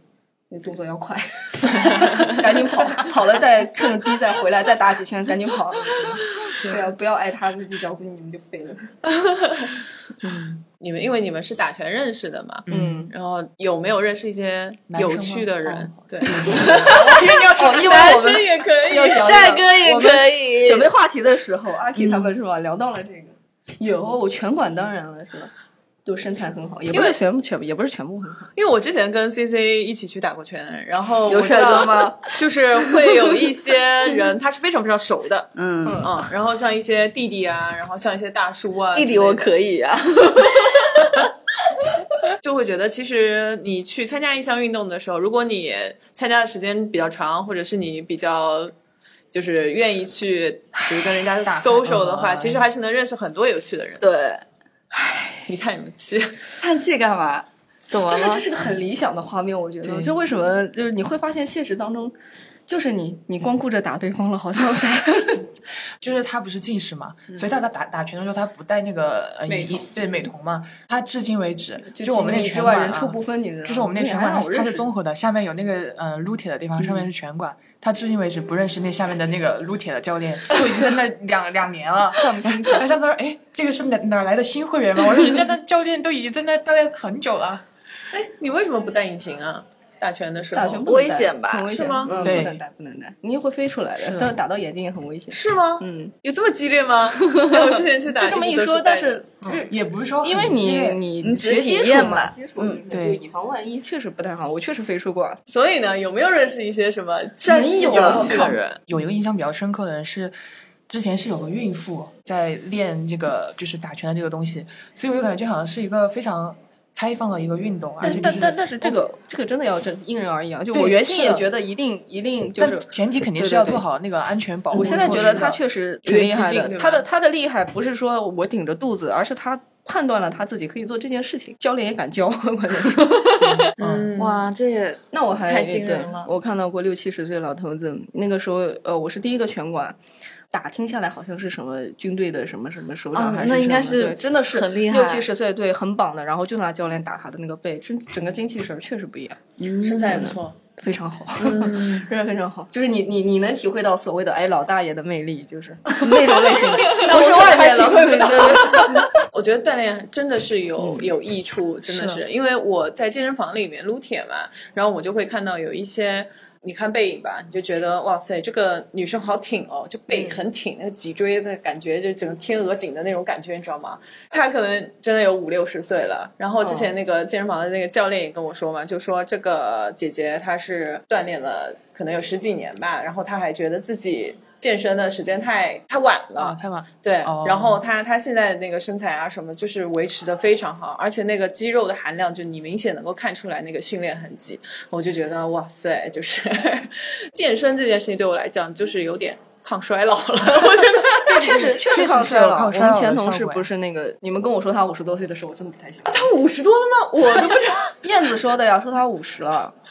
Speaker 3: 那动作 要快，赶紧跑，跑了再趁低再回来，再打几圈，赶紧跑。对啊，不要挨他那几脚，估计你们就废了。
Speaker 2: 你们因为你们是打拳认识的嘛，
Speaker 3: 嗯，
Speaker 2: 然后有没有认识一些
Speaker 4: 男生
Speaker 2: 有
Speaker 4: 吗
Speaker 2: 趣的人
Speaker 4: 哦？
Speaker 2: 对，
Speaker 3: 哦，因为
Speaker 2: 男
Speaker 3: 我们
Speaker 2: 生也可以
Speaker 3: 要讲
Speaker 1: 帅哥也
Speaker 3: 我们
Speaker 1: 可以嗯
Speaker 3: 准备话题的时候，阿 K 他们是吧，聊到了这个，有拳馆当然了是吧。就身材很好，也不是全部全部，也不是全部很好。
Speaker 2: 因为我之前跟 C C 一起去打过拳，然后
Speaker 1: 有
Speaker 2: 我知
Speaker 1: 帅哥
Speaker 2: 道
Speaker 1: 吗？
Speaker 2: 就是会有一些人他是非常非常熟的，
Speaker 1: 嗯，
Speaker 2: 嗯，然后像一些弟弟啊，然后像一些大叔啊之类
Speaker 1: 弟
Speaker 2: 的，
Speaker 1: 弟我可以啊。
Speaker 3: 嗯
Speaker 2: 就会觉得，其实你去参加一项运动的时候，如果你参加的时间比较长，或者是你比较就是愿意去，就是跟人家
Speaker 4: 打开
Speaker 2: social 的话，
Speaker 4: 啊嗯
Speaker 2: 其实还是能认识很多有趣的人。
Speaker 1: 对，
Speaker 2: 你叹什么气？
Speaker 1: 叹气干嘛？怎么
Speaker 3: 这
Speaker 1: 了？
Speaker 3: 是这是个很理想的画面，我觉得。
Speaker 4: 对
Speaker 3: 就为什么就是你会发现现实当中，就是你，你光顾着打对方了，好像 啥？
Speaker 4: 就是他不是近视嘛，
Speaker 3: 嗯
Speaker 4: 所以他打打打拳的时候他不戴那个呃
Speaker 2: 美瞳
Speaker 4: 一对美瞳嘛，他至今为止
Speaker 3: 是
Speaker 4: 就我们那
Speaker 3: 你之
Speaker 4: 拳
Speaker 3: 外
Speaker 4: 馆
Speaker 3: 人畜
Speaker 4: 啊。
Speaker 3: 不分，你知道吗？
Speaker 4: 就是我们那
Speaker 3: 你
Speaker 4: 拳
Speaker 3: 还
Speaker 4: 馆，它
Speaker 3: 好
Speaker 4: 是它
Speaker 3: 认
Speaker 4: 是
Speaker 3: 识嗯
Speaker 4: 综合的，下面有那个呃撸铁的地方，上面是拳馆。他至今为止不认识那下面的那个撸铁的 教练，都已经在那两两年了。他上次说：“哎，这个是哪哪来的新会员吗？”我说：“人家那教练都已经在那待了很久了。
Speaker 2: 你为什么不戴隐形啊？打拳的时候
Speaker 3: 打拳不能
Speaker 1: 危
Speaker 3: 戴
Speaker 1: 险吧
Speaker 3: 很危
Speaker 2: 是
Speaker 3: 险
Speaker 2: 吗
Speaker 3: 嗯，
Speaker 4: 对
Speaker 3: 不能戴，不能戴，你会飞出来
Speaker 4: 是
Speaker 3: 的。但是打到眼睛也很危 险。
Speaker 2: 是吗？
Speaker 3: 嗯，
Speaker 2: 有这么激烈吗？哎我之前去打
Speaker 3: 就这么
Speaker 2: 一
Speaker 3: 一
Speaker 2: 直都
Speaker 3: 说，
Speaker 2: 是戴
Speaker 3: 但
Speaker 2: 的
Speaker 3: 是”
Speaker 4: 嗯， 也不是说
Speaker 3: 因为
Speaker 4: 很激
Speaker 3: 你
Speaker 4: 烈
Speaker 3: 你
Speaker 1: 你只
Speaker 3: 学
Speaker 1: 是
Speaker 3: 接
Speaker 1: 体验
Speaker 3: 触
Speaker 1: 嘛
Speaker 3: 接触
Speaker 1: 嗯
Speaker 3: 就
Speaker 4: 对啊
Speaker 3: 以防万一，确实不太好。我确实飞出过，
Speaker 2: 所以呢，有没有认识一些什么
Speaker 1: 战
Speaker 2: 极
Speaker 1: 绩
Speaker 2: 有
Speaker 3: 啊
Speaker 1: 的
Speaker 2: 趣的人？
Speaker 4: 有一
Speaker 3: 嗯
Speaker 4: 个印象比较深刻的人是，之前是有个孕妇在练这个就是打拳的这个东西，所以我就感觉这好像是一个非常开放的一个运动，而
Speaker 3: 但
Speaker 4: 且就
Speaker 3: 但
Speaker 4: 是哦
Speaker 3: 但但是这个这个真的要真因人而异啊。就
Speaker 4: 对
Speaker 3: 我原先
Speaker 4: 是
Speaker 3: 也
Speaker 4: 的
Speaker 3: 觉得一定一定就
Speaker 4: 但
Speaker 3: 是。
Speaker 4: 前提肯定
Speaker 3: 对
Speaker 4: 是
Speaker 3: 对
Speaker 4: 要
Speaker 3: 对
Speaker 4: 做好那个安全保护
Speaker 3: 我
Speaker 4: 措
Speaker 3: 现
Speaker 4: 施
Speaker 3: 在
Speaker 4: 的。
Speaker 3: 觉得他确实挺厉
Speaker 2: 挺
Speaker 3: 害
Speaker 2: 激进
Speaker 3: 的，
Speaker 2: 对吧
Speaker 3: 他的他的厉害不是说我顶着肚子，而是他判断了他自己可以做这件事情，教练也敢教。 关键是
Speaker 4: 嗯，
Speaker 2: 嗯，
Speaker 1: 哇，这也
Speaker 3: 那我还
Speaker 1: 太惊人
Speaker 3: 对
Speaker 1: 了
Speaker 3: 我看到过六七十岁老头子，那个时候呃，我是第一个拳馆。打听下来好像是什么军队的什么什么首
Speaker 1: 嗯
Speaker 3: 长还是什么、
Speaker 1: 那应该是
Speaker 3: 对真的是
Speaker 1: 很厉害
Speaker 3: 六七十岁对很绑的，然后就拿教练打他的那个背，真整个精气神儿确实不一样，嗯
Speaker 2: 身材也不错。
Speaker 3: 非常好，真的 非常好，就是你你你能体会到所谓的哎老大爷的魅力，就是 那种类型的，不是外面了，对对对，
Speaker 2: 我觉得锻炼真的是有、有益处，真的是
Speaker 4: 是
Speaker 2: 因为我在健身房里面撸铁嘛，然后我就会看到有一些。你看背影吧，你就觉得哇塞，这个女生好挺哦，就背很挺，那个脊椎的感觉，就整个天鹅颈的那种感觉，你知道吗？她可能真的有五六十岁了。然后之前那个健身房的那个教练也跟我说嘛，就说这个姐姐她是锻炼了可能有十几年吧，然后她还觉得自己健身的时间太太晚了，
Speaker 4: 啊，太晚了。
Speaker 2: 对，
Speaker 4: 哦
Speaker 2: 然后他他现在的那个身材啊什么，就是维持的非常好，而且那个肌肉的含量，就你明显能够看出来那个训练痕迹。我就觉得哇塞，就是 健身这件事情对我来讲，就是有点抗衰老了。我觉得
Speaker 3: 哦确实确实
Speaker 4: 确实
Speaker 3: 抗
Speaker 4: 是
Speaker 3: 衰
Speaker 4: 有
Speaker 3: 老。
Speaker 4: 抗
Speaker 3: 我
Speaker 4: 衰
Speaker 3: 们
Speaker 4: 老
Speaker 3: 前
Speaker 4: 的
Speaker 3: 同
Speaker 4: 效
Speaker 3: 事
Speaker 4: 果
Speaker 3: 不
Speaker 4: 呀
Speaker 3: 是那个，你们跟我说他五十多岁的时候，我真的不太信。
Speaker 2: 他五十多了吗？我都不知道，
Speaker 3: 燕子说的呀，说他五十了。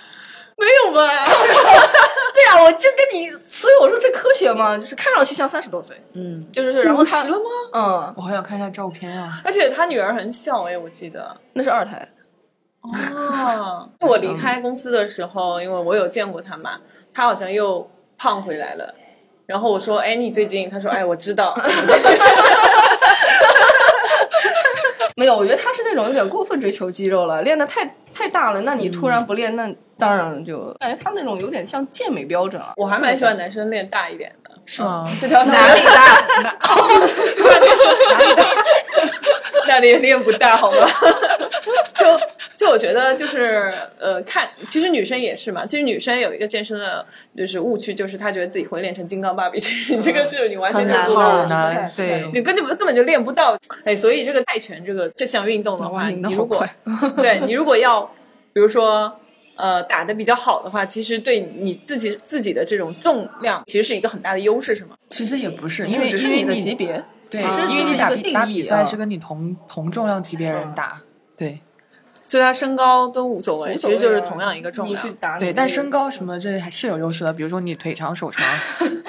Speaker 2: 没有吧？
Speaker 3: 对呀、我就跟你，所以我说这科学嘛，就是看上去像三十多岁，
Speaker 1: 嗯，
Speaker 3: 就是然后
Speaker 2: 五十
Speaker 3: 他
Speaker 2: 了吗？
Speaker 3: 嗯，
Speaker 4: 我好想看一下照片啊！
Speaker 2: 而且他女儿很小哎，我记得。
Speaker 3: 那是二胎，
Speaker 2: 哦， 就我离开公司的时候，因为我有见过他嘛，他好像又胖回来了。然后我说：“哎，你最近？”他说：“哎，我知道。”
Speaker 3: 没有，我觉得他是那种有点过分追求肌肉了，练的太太大了，那你突然不练，那当然就感觉他那种有点像健美标准了。
Speaker 2: 我还蛮喜欢男生练大一点 的，
Speaker 4: 是吗？
Speaker 2: 这条
Speaker 1: 哪里大？
Speaker 2: 那里也练不大，好吗？ 就就我觉得就是呃，看其实女生也是嘛，其实女生有一个健身的就是误区，就是她觉得自己会练成金刚芭比，其实你这个
Speaker 3: 嗯
Speaker 2: 是你完全
Speaker 1: 很
Speaker 2: 练
Speaker 1: 难
Speaker 2: 不
Speaker 1: 了
Speaker 2: 到
Speaker 3: 哦
Speaker 4: 好
Speaker 2: 的。
Speaker 4: 难，
Speaker 3: 是
Speaker 4: 对，
Speaker 2: 你根本根本就练不到，哎，所以这个泰拳这个这项运动的
Speaker 3: 哇，
Speaker 2: 话，
Speaker 3: 拧的
Speaker 2: 你
Speaker 3: 好
Speaker 2: 如果
Speaker 3: 快，
Speaker 2: 对你如果要，比如说呃打的比较好的话，其实对你自己自己的这种重量其实是一个很大的优势，是吗？
Speaker 4: 其实也不是，因为
Speaker 3: 只是
Speaker 4: 因为
Speaker 3: 你的级别，
Speaker 4: 对，
Speaker 3: 其实
Speaker 4: 因为
Speaker 3: 就是
Speaker 4: 你
Speaker 3: 一
Speaker 4: 打
Speaker 3: 个
Speaker 4: 比
Speaker 3: 定
Speaker 4: 打
Speaker 3: 义
Speaker 4: 比赛
Speaker 3: 啊
Speaker 4: 是跟你同同重量级别人打，对
Speaker 2: 所以他身高都无所谓，
Speaker 3: 无
Speaker 2: 其
Speaker 3: 所谓
Speaker 2: 实
Speaker 3: 啊
Speaker 2: 就是啊同样一个重
Speaker 3: 你去
Speaker 2: 量。
Speaker 3: 打
Speaker 4: 对，
Speaker 3: 你
Speaker 4: 但
Speaker 3: 那个
Speaker 4: 身高什么这还是有优势的，比如说你腿长手长，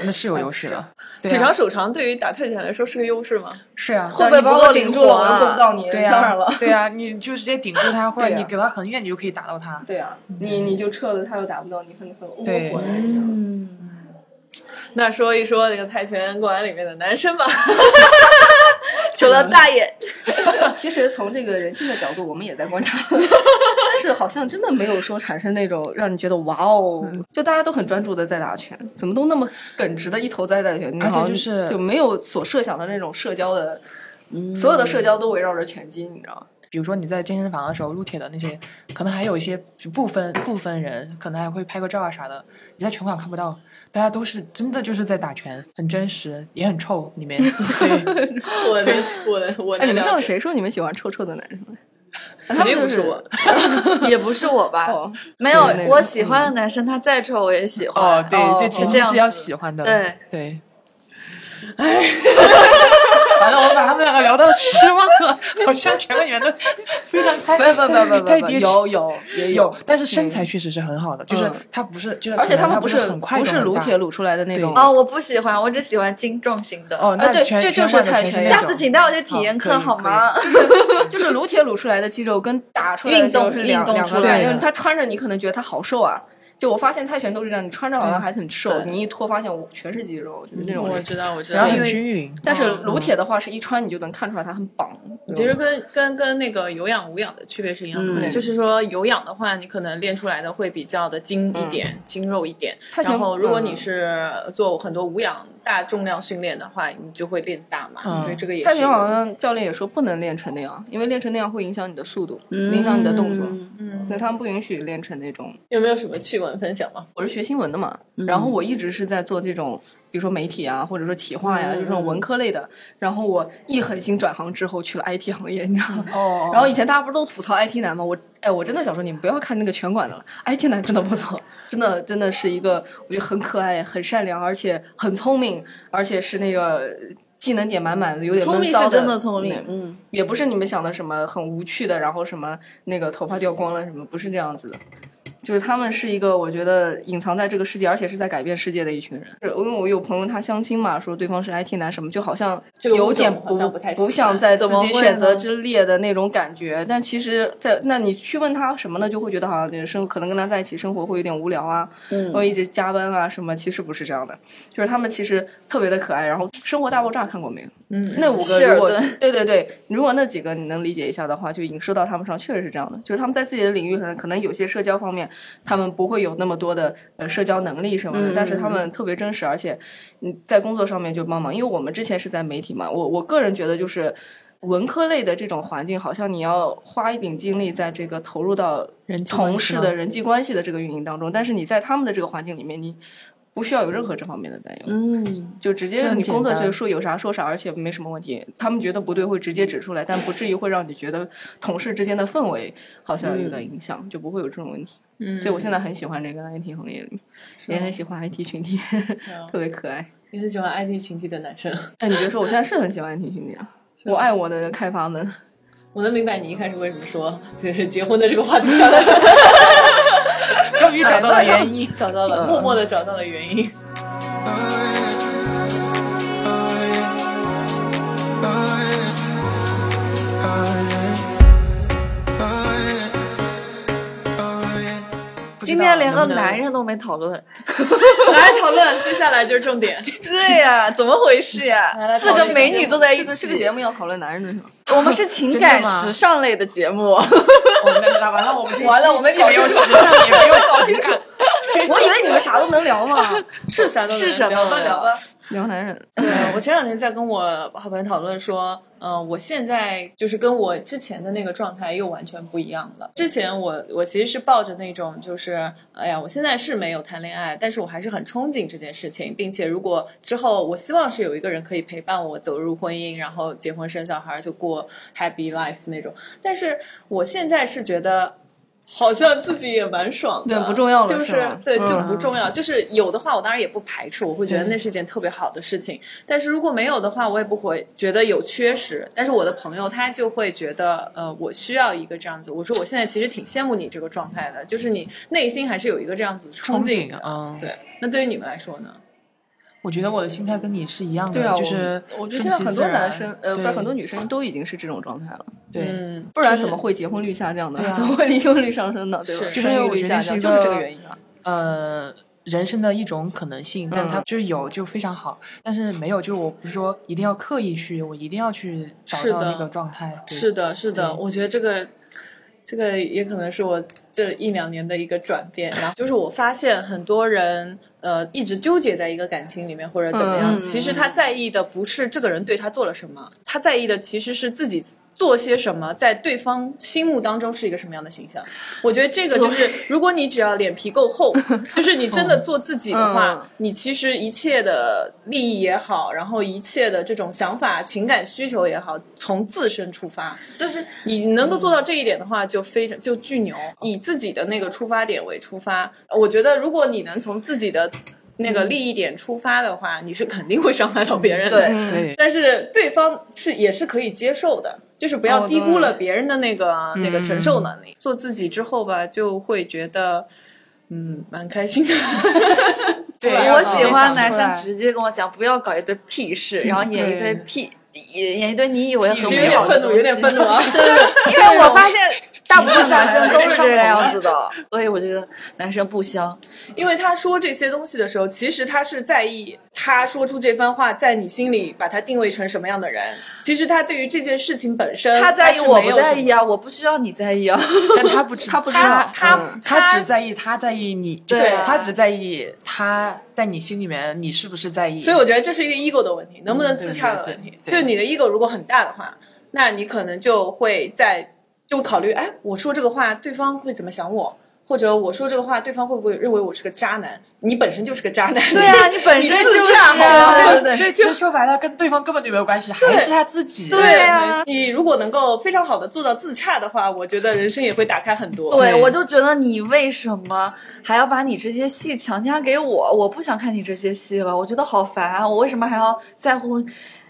Speaker 4: 那是有优势的，对
Speaker 2: 腿
Speaker 4: 啊
Speaker 2: 长手长对于打泰拳来说是个优势吗？
Speaker 4: 是啊，
Speaker 3: 会不会把我领住了，我又
Speaker 1: 但你不够灵活啊
Speaker 3: 够不到你？
Speaker 4: 对呀、
Speaker 3: 当 然了。
Speaker 4: 对呀、你就直接顶住他，或者
Speaker 3: 对呀
Speaker 4: 你给他很远，你就可以打到他。
Speaker 3: 对啊，你你就撤了，他又打不到你，很很窝
Speaker 4: 对
Speaker 3: 火的。
Speaker 1: 嗯，
Speaker 2: 那说一说那个泰拳馆里面的男生 吧。
Speaker 1: 除了大爷，
Speaker 3: 其实从这个人性的角度，我们也在观察，但是好像真的没有说产生那种让你觉得哇哦，就大家都很专注的在打拳，怎么都那么耿直的一头栽在打拳，你
Speaker 4: 而且
Speaker 3: 好像
Speaker 4: 就是
Speaker 3: 就没有所设想的那种社交的，所有的社交都围绕着拳击，你知道吗？
Speaker 4: 比如说你在健身房的时候撸铁的那些，可能还有一些就部分部分人，可能还会拍个照啊啥的。你在拳馆看不到，大家都是真的就是在打拳，很真实，也很臭里面。 对，
Speaker 2: 我能，我能，我
Speaker 3: 哎，
Speaker 2: 能
Speaker 3: 你们知
Speaker 2: 了
Speaker 3: 道
Speaker 2: 解。
Speaker 3: 谁说你们喜欢臭臭的男生 的？
Speaker 2: 肯定
Speaker 3: 他们
Speaker 2: 不
Speaker 3: 就是
Speaker 2: 我，
Speaker 1: 也不是我 吧？
Speaker 3: 哦，
Speaker 1: 没有
Speaker 3: 对那，个
Speaker 1: 我喜欢的男生他再丑我也喜欢。
Speaker 4: 哦，对，
Speaker 3: 哦
Speaker 4: 这前
Speaker 1: 这
Speaker 4: 提
Speaker 1: 样
Speaker 4: 是要
Speaker 1: 子
Speaker 4: 喜欢的。
Speaker 1: 对
Speaker 4: 对。哎，完了，我把他们两个聊到失望了。好像全个女 人都非常开
Speaker 3: 不不不不
Speaker 4: 太
Speaker 3: 不，
Speaker 4: 低
Speaker 3: 有有也有，
Speaker 4: 有，但是身材确实是很好的，就是
Speaker 3: 嗯
Speaker 4: 她不是就是，
Speaker 3: 而且他们
Speaker 4: 不
Speaker 3: 是
Speaker 4: 很快
Speaker 3: 不
Speaker 4: 就是很
Speaker 3: 撸
Speaker 4: 大
Speaker 3: 铁撸出来的 那种
Speaker 4: 对
Speaker 1: 哦，我不喜欢，我只喜欢精壮型的。
Speaker 4: 哦，
Speaker 3: 啊
Speaker 4: 那
Speaker 3: 对
Speaker 4: 全
Speaker 3: 这
Speaker 4: 全
Speaker 3: 就是
Speaker 4: 换的
Speaker 3: 泰
Speaker 4: 全
Speaker 3: 拳
Speaker 4: 是
Speaker 3: 下
Speaker 4: 那
Speaker 1: 下
Speaker 4: 种
Speaker 1: 次请带我去体验课
Speaker 4: 可以
Speaker 1: 好吗？
Speaker 3: 就是撸铁撸出来的肌肉跟打出来的肌肉是两
Speaker 1: 运动运
Speaker 3: 两个
Speaker 1: 动
Speaker 4: 出来
Speaker 3: 来，
Speaker 4: 的
Speaker 3: 就是他穿着你可能觉得他好瘦啊。就我发现泰拳都是这样，你穿着好像还很瘦，
Speaker 1: 对
Speaker 3: 你一脱发现我全是肌肉，就是那种
Speaker 2: 嗯我
Speaker 3: 人。
Speaker 2: 知道，我知
Speaker 4: 然
Speaker 2: 道，
Speaker 4: 后
Speaker 2: 因
Speaker 4: 很
Speaker 2: 为
Speaker 4: 均匀，
Speaker 3: 但是撸铁的话是一穿你就能看出来他很绑。
Speaker 2: 其实跟跟跟那个有氧无氧的区别是一样的，
Speaker 1: 嗯
Speaker 2: 就是说有氧的话，你可能练出来的会比较的精一点、精肉一点。
Speaker 3: 嗯泰拳
Speaker 2: 然后如果
Speaker 3: 嗯
Speaker 2: 你是做很多无氧大重量训练的话，你就会练大嘛，
Speaker 4: 嗯
Speaker 2: 所以这个也是
Speaker 3: 泰拳好像教练也说不能练成那样，因为练成那样会影响你的速度，影响你的动作。
Speaker 2: 嗯
Speaker 3: 那他们不允许练成那种
Speaker 2: 有没有什么趣闻分享吗？
Speaker 3: 我是学新闻的嘛，
Speaker 1: 嗯
Speaker 3: 然后我一直是在做这种，比如说媒体啊，或者说企划呀，就
Speaker 1: 嗯
Speaker 3: 这种文科类的。然后我一狠心转行之后去了 IT 行业，你知道吗？
Speaker 4: 哦，
Speaker 3: 然后以前大家不是都吐槽 IT 男吗？我哎，我真的想说，你们不要看那个拳馆的了，IT 男真的不错，真的真的是一个我觉得很可爱、很善良，而且很聪明，而且是那个技能点满满的，有点
Speaker 1: 聪
Speaker 3: 闷
Speaker 1: 明
Speaker 3: 骚
Speaker 1: 是真的聪明，
Speaker 3: 对
Speaker 1: 嗯，
Speaker 3: 也不是你们想的什么很无趣的，然后什么那个头发掉光了什么，不是这样子的。就是他们是一个，我觉得隐藏在这个世界，而且是在改变世界的一群人。是因为我有朋友他相亲嘛，说对方是 IT 男什么，就好像
Speaker 2: 这个
Speaker 3: 有
Speaker 2: 物种
Speaker 3: 点
Speaker 2: 好像不太喜欢
Speaker 3: 不想在自
Speaker 1: 怎么
Speaker 3: 己
Speaker 1: 会
Speaker 3: 选择
Speaker 1: 呢
Speaker 3: 之列的那种感觉。但其实在那你去问他什么呢，就会觉得好像这生可能跟他在一起生活会有点无聊啊，
Speaker 1: 嗯
Speaker 3: 会一直加班啊什么。其实不是这样的，就是他们其实特别的可爱。然后《生活大爆炸》看过没有？
Speaker 2: 嗯，
Speaker 3: 那五个
Speaker 1: 是
Speaker 3: 如果
Speaker 1: 对
Speaker 3: 对对对，如果那几个你能理解一下的话，就影射到他们上，确实是这样的。就是他们在自己的领域上，可能有些社交方面，他们不会有那么多的呃社交能力什么的，
Speaker 1: 嗯
Speaker 3: 但是他们特别真实，而且嗯在工作上面就帮忙。因为我们之前是在媒体嘛，我我个人觉得就是文科类的这种环境，好像你要花一点精力在这个投入到
Speaker 4: 人际关
Speaker 3: 同
Speaker 4: 系
Speaker 3: 事
Speaker 4: 吗
Speaker 3: 的人际关系的这个运营当中，但是你在他们的这个环境里面，你不需要有任何这方面的担忧。
Speaker 1: 嗯，
Speaker 3: 就直接
Speaker 4: 很
Speaker 3: 你
Speaker 4: 简
Speaker 3: 工作
Speaker 4: 单
Speaker 3: 就说有啥说啥，而且没什么问题。他们觉得不对会直接指出来，但不至于会让你觉得同事之间的氛围好像有点影响，就不会有这种问题。
Speaker 2: 嗯
Speaker 3: 所以我现在很喜欢这个 IT 行业里面，也很喜欢 IT 群体，
Speaker 4: 啊
Speaker 3: 特别可爱。
Speaker 2: 你很喜欢 IT 群体的男生，
Speaker 3: 哎，你别说，我现在是很喜欢 IT 群体啊，我爱我的开发们。
Speaker 2: 我能明白你一开始为什么说就是结婚的这个话题下来，
Speaker 4: 终于找到了 原因。
Speaker 2: 因， 找到了，默默的找到了原因。
Speaker 1: 今天连个
Speaker 4: 能不能
Speaker 1: 男人都没讨论，
Speaker 2: 来讨论，接下来就是重 点。
Speaker 4: 哦
Speaker 1: 对呀，怎么回事呀？四个美女坐在一
Speaker 3: 这个这
Speaker 1: 起
Speaker 3: 个，节目要讨论男人的是吗？
Speaker 1: 我们是情
Speaker 4: 真的
Speaker 1: 感
Speaker 4: 吗
Speaker 1: 时尚类的节目。
Speaker 4: 我们知道完了，我们这
Speaker 1: 完了
Speaker 4: 期
Speaker 1: 我们
Speaker 4: 既
Speaker 1: 搞
Speaker 4: 没有
Speaker 1: 清
Speaker 4: 时尚，也没有情感。
Speaker 3: 我以为你们啥都能聊嘛，
Speaker 2: 是啥都能
Speaker 1: 是啥都
Speaker 2: 聊吧
Speaker 1: 能
Speaker 2: 聊吧。
Speaker 3: 聊男人。
Speaker 2: 对，我前两天在跟我好朋友讨论说，嗯、我现在就是跟我之前的那个状态又完全不一样了。之前我我其实是抱着那种就是，哎呀，我现在是没有谈恋爱，但是我还是很憧憬这件事情，并且如果之后我希望是有一个人可以陪伴我走入婚姻，然后结婚生小孩，就过 happy life 那种。但是我现在是觉得。好像自己也蛮爽的，
Speaker 3: 对不重要了
Speaker 2: 就是
Speaker 3: 吗
Speaker 2: 对，就
Speaker 3: 嗯
Speaker 2: 不重要。就是有的话，我当然也不排斥，我会觉得那是一件特别好的事情。但是如果没有的话，我也不会觉得有缺失。但是我的朋友他就会觉得，呃，我需要一个这样子。我说我现在其实挺羡慕你这个状态的，就是你内心还是有一个这样子憧
Speaker 4: 憧
Speaker 2: 憬
Speaker 4: 憬
Speaker 2: 的。
Speaker 4: 嗯
Speaker 2: 对。那对于你们来说呢？
Speaker 4: 我觉得我的心态跟你是一样的，
Speaker 3: 对啊，我
Speaker 4: 就是
Speaker 3: 我觉得
Speaker 4: 顺
Speaker 3: 现在
Speaker 4: 其
Speaker 3: 很
Speaker 4: 自
Speaker 3: 多
Speaker 4: 然
Speaker 3: 男生，呃，不是
Speaker 4: 对
Speaker 3: 很多女生都已经是这种状态了。
Speaker 4: 对。
Speaker 2: 嗯，
Speaker 3: 不然怎么会结婚率下降呢？
Speaker 4: 对 啊
Speaker 3: 怎么会离婚率上升呢？对吧？
Speaker 2: 是
Speaker 3: 生育率下降就是这个原因啊。
Speaker 4: 呃人生的一种可能性，但它就是有就非常好，但是没有就我不是说一定要刻意去，我一定要去找
Speaker 2: 是
Speaker 4: 到
Speaker 2: 的
Speaker 4: 那个状态。对
Speaker 2: 是的，是的，
Speaker 4: 对
Speaker 2: 我觉得这个这个也可能是我这一两年的一个转变。然后就是我发现很多人呃一直纠结在一个感情里面或者怎么样，
Speaker 1: 嗯
Speaker 2: 其实他在意的不是这个人对他做了什么，他在意的其实是自己。做些什么，在对方心目当中是一个什么样的形象？我觉得这个就是，如果你只要脸皮够厚，就是你真的做自己的话，
Speaker 3: 嗯
Speaker 2: 你其实一切的利益也好，然后一切的这种想法、情感需求也好，从自身出发，
Speaker 1: 就是
Speaker 2: 你能够做到这一点的话，就非常就巨牛。以自己的那个出发点为出发，我觉得如果你能从自己的那个利益点出发的话，你是肯定会伤害到别人的。
Speaker 1: 对
Speaker 3: 嗯
Speaker 4: 对，
Speaker 2: 但是对方是也是可以接受的，就是不要
Speaker 3: 哦
Speaker 2: 低
Speaker 3: 对
Speaker 2: 估了别人的那个、
Speaker 1: 嗯
Speaker 2: 那个承受能力。做自己之后吧，就会觉得，嗯，蛮开心的。
Speaker 4: 对
Speaker 1: 哎我喜欢男生
Speaker 4: 直。
Speaker 1: 直接跟我讲，不要搞一堆屁事，然后演一堆屁，演演一堆你以为很
Speaker 4: 有
Speaker 1: 无
Speaker 2: 有点
Speaker 1: 聊
Speaker 2: 愤
Speaker 1: 的
Speaker 2: 怒，
Speaker 1: 东西。
Speaker 2: 有点愤怒啊！
Speaker 1: 对，因为我发现大部分男生都是这个样子的，所以我觉得男生不香。
Speaker 2: 因为他说这些东西的时候，其实他是在意他说出这番话，在你心里把他定位成什么样的人。其实他对于这件事情本身，
Speaker 1: 他在意，
Speaker 2: 呃是
Speaker 1: 我
Speaker 2: 没
Speaker 1: 不
Speaker 2: 有
Speaker 1: 在
Speaker 2: 什么
Speaker 1: 意啊，我不需要你在意啊。
Speaker 4: 但 他不知，他不知
Speaker 2: 他
Speaker 4: 道，
Speaker 2: 他
Speaker 4: 嗯
Speaker 2: 他
Speaker 4: 他只在意他在意你，
Speaker 1: 对啊
Speaker 4: 他只在意他在你心里面你是不是在意，
Speaker 2: 所以我觉得这是一个 ego 的问题，能不
Speaker 1: 嗯
Speaker 2: 能自洽的问题。
Speaker 4: 对对对对
Speaker 2: 就你的 ego 如果很大的话，那你可能就会在就考虑，哎，我说这个话对方会怎么想我，或者我说这个话对方会不会认为我是个渣男？你本身就是个渣男。
Speaker 1: 对啊，你本身
Speaker 2: 你
Speaker 1: 就
Speaker 2: 自
Speaker 1: 是
Speaker 2: 洽
Speaker 1: 啊，
Speaker 2: 嘛
Speaker 1: 对对对。
Speaker 4: 其实说白了跟对方根本就没有关系，还是他自己。
Speaker 1: 对啊
Speaker 2: 你如果能够非常好的做到自洽的话，我觉得人生也会打开很多。
Speaker 1: 对，
Speaker 4: 对
Speaker 1: 我就觉得你为什么还要把你这些戏强加给我？我不想看你这些戏了，我觉得好烦啊！我为什么还要在乎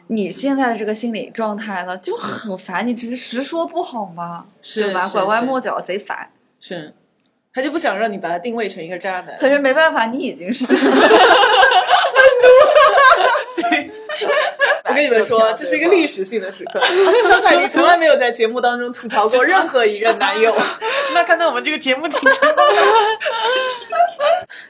Speaker 1: 你现在的这个心理状态呢？就很烦，你直直说不好吗？
Speaker 2: 是
Speaker 1: 对吧？
Speaker 2: 是
Speaker 1: 拐弯
Speaker 2: 是
Speaker 1: 抹角贼烦。
Speaker 2: 是，他就不想让你把他定位成一个渣男。
Speaker 1: 可是没办法，你已经是。
Speaker 2: 我跟你们说，这是一个历史性的时刻。张凯你从来没有在节目当中吐槽过任何一任男友。
Speaker 4: 那看到我们这个节 目挺成功，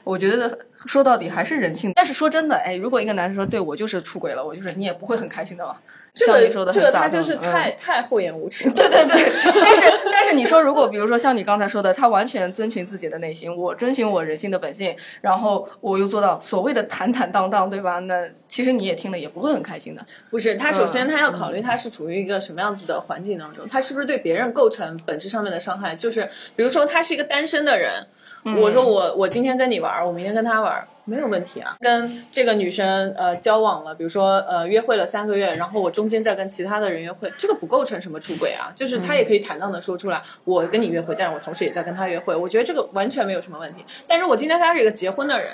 Speaker 3: 我觉得说到底还是人性。但是说真的，哎，如果一个男生说对我就是出轨了，我就是你也不会很开心的嘛。
Speaker 2: 这
Speaker 3: 像
Speaker 2: 个
Speaker 3: 你说的
Speaker 2: 这
Speaker 3: 很
Speaker 2: 个
Speaker 3: 洒
Speaker 2: 他
Speaker 3: 脱，
Speaker 2: 就是
Speaker 3: 嗯
Speaker 2: 太、太厚颜无 耻了。
Speaker 3: 对对对， 但是但是你说，如果比如说像你刚才说的，他完全遵循自己的内心，我遵循我人性的本性，然后我又做到所谓的坦坦荡荡，对吧？那其实你也听了也不会很开 心的。
Speaker 2: 不是，他首先他要考虑他是处于一个什么样子的环境当中，他是不是对别人构成本质上面的伤害。就是比如说，他是一个单身的人，
Speaker 1: 嗯
Speaker 2: 我说我我今天跟你玩儿，我明天跟他玩儿，没有问题啊。跟这个女生呃交往了，比如说呃约会了三个月，然后我中间再跟其他的人约会，这个不构成什么出轨啊。就是他也
Speaker 1: 嗯
Speaker 2: 可以坦荡的说出来，我跟你约会，但是我同时也在跟他约会，我觉得这个完全没有什么问题。但是我今天他是一个结婚的人。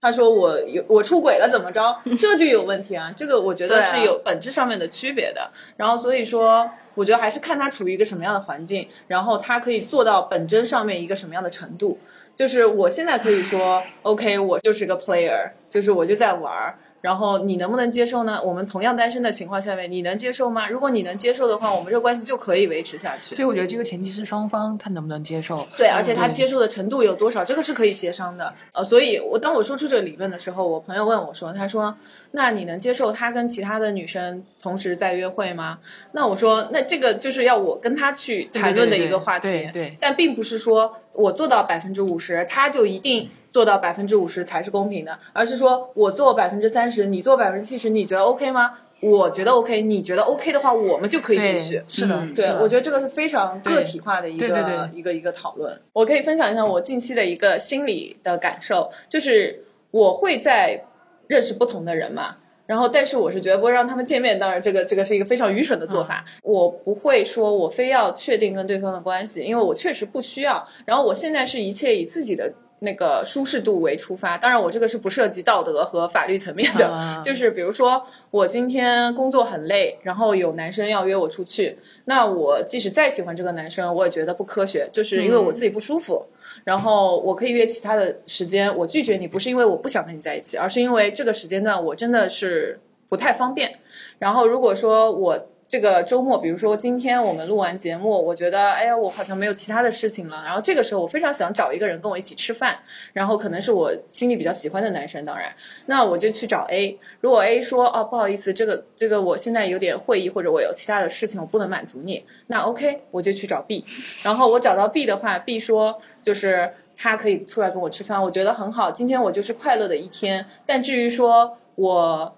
Speaker 2: 他说我有我出轨了怎么 着，这就有问题啊！这个我觉
Speaker 1: 对
Speaker 2: 得
Speaker 1: 啊
Speaker 2: 是有本质上面的区别的。然后所以说，我觉得还是看他处于一个什么样的环境，然后他可以做到本真上面一个什么样的程度。就是我现在可以说，OK，我就是个 player，就是我就在玩儿。然后你能不能接受呢？我们同样单身的情况下面，你能接受吗？如果你能接受的话，我们这关系就可以维持下去。
Speaker 4: 所以我觉得这个前提是双方他能不能接受。
Speaker 2: 对， 而且
Speaker 4: 嗯
Speaker 2: 他接受的程度有多少，这个是可以协商的。呃，所以我当我说出这个理论的时候，我朋友问我说：“他说，那你能接受他跟其他的女生同时在约会吗？”那我说：“那这个就是要我跟他去谈论的一个话题，
Speaker 4: 对对对对
Speaker 2: 但并不是说我做到百分之五十，他就一定。”做到百分之五十才是公平的，而是说我做百分之三十，你做百分之七十，你觉得 OK 吗？我觉得 OK，你觉得 OK 的话，我们就可以继
Speaker 4: 对，
Speaker 2: 续。
Speaker 4: 是的，
Speaker 2: 对
Speaker 4: 是，的
Speaker 2: 我觉得这个是非常个体化的一个
Speaker 4: 对对对
Speaker 2: 一个一个讨论。我可以分享一下我近期的一个心理的感受，就是我会在认识不同的人嘛，然后但是我是绝不会让他们见面。当然，这个这个是一个非常愚蠢的做法，我不会说我非要确定跟对方的关系，因为我确实不需要。然后我现在是一切以自己的。那个舒适度为出发，当然我这个是不涉及道德和法律层面的，
Speaker 4: 啊
Speaker 2: 就是比如说我今天工作很累，然后有男生要约我出去，那我即使再喜欢这个男生，我也觉得不科学，就是因为我自己不舒服。然后我可以约其他的时间，我拒绝你不是因为我不想跟你在一起，而是因为这个时间段我真的是不太方便。然后如果说我这个周末，比如说今天我们录完节目，我觉得哎呀，我好像没有其他的事情了。然后这个时候我非常想找一个人跟我一起吃饭，然后可能是我心里比较喜欢的男生，当然，那我就去找 A。如果 A 说哦不好意思，这个这个我现在有点会议或者我有其他的事情，我不能满足你，那 OK，我就去找 B。然后我找到 B 的话，B 说就是他可以出来跟我吃饭，我觉得很好，今天我就是快乐的一天。但至于说我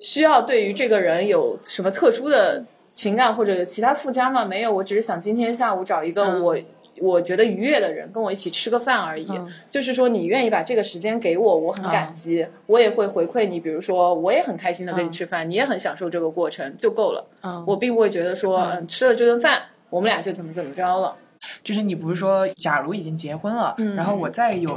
Speaker 2: 需要对于这个人有什么特殊的情感或者其他附加吗？没有，我只是想今天下午找一个我、我觉得愉悦的人跟我一起吃个饭而已。就是说，你愿意把这个时间给我，我很感激，我也会回馈你。比如说，我也很开心的跟你吃饭，你也很享受这个过程，就够了。
Speaker 4: 嗯
Speaker 2: 我并不会觉得说，嗯，吃了这顿饭，我们俩就怎么怎么着了。
Speaker 4: 就是你不是说，假如已经结婚了，然后我再有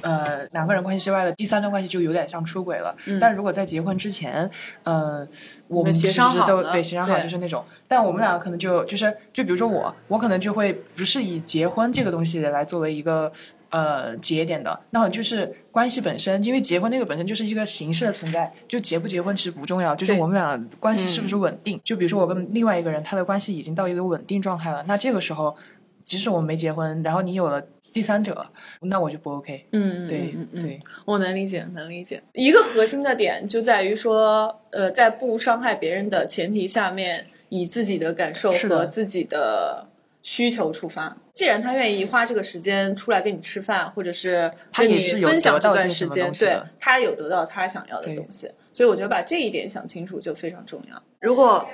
Speaker 4: 呃两个人关系之外的第三段关系就有点像出轨了。但如果在结婚之前，呃，我们
Speaker 2: 协
Speaker 4: 其实
Speaker 2: 商好
Speaker 4: 都
Speaker 2: 了
Speaker 4: 对协商好
Speaker 2: 对
Speaker 4: 就是那种，但我们两个可能就就是就比如说我，我可能就会不是以结婚这个东西来作为一个。呃，节点的，那可能就是关系本身，因为结婚那个本身就是一个形式的存在，就结不结婚其实不重要，就是
Speaker 2: 对嗯
Speaker 4: 我们俩关系是不是稳定。就比如说我跟另外一个人，他的关系已经到一个稳定状态了，那这个时候，即使我们没结婚，然后你有了第三者，那我就不 OK。
Speaker 2: 嗯，
Speaker 4: 对、
Speaker 2: 嗯嗯
Speaker 4: 对，
Speaker 2: 我能理解，能理解。一个核心的点就在于说，呃，在不伤害别人的前提下面，以自己的感受
Speaker 4: 是的
Speaker 2: 和自己的需求出发。既然他愿意花这个时间出来跟你吃饭，或者是
Speaker 4: 他
Speaker 2: 跟
Speaker 4: 也
Speaker 2: 你
Speaker 4: 是有
Speaker 2: 分享
Speaker 4: 得
Speaker 2: 这
Speaker 4: 到
Speaker 2: 段
Speaker 4: 些什
Speaker 2: 时
Speaker 4: 么
Speaker 2: 间，
Speaker 4: 东西
Speaker 2: 对
Speaker 4: 的
Speaker 2: 他有得到他想要的
Speaker 4: 对
Speaker 2: 东西。所以我觉得把这一点想清楚就非常重要。
Speaker 1: 如果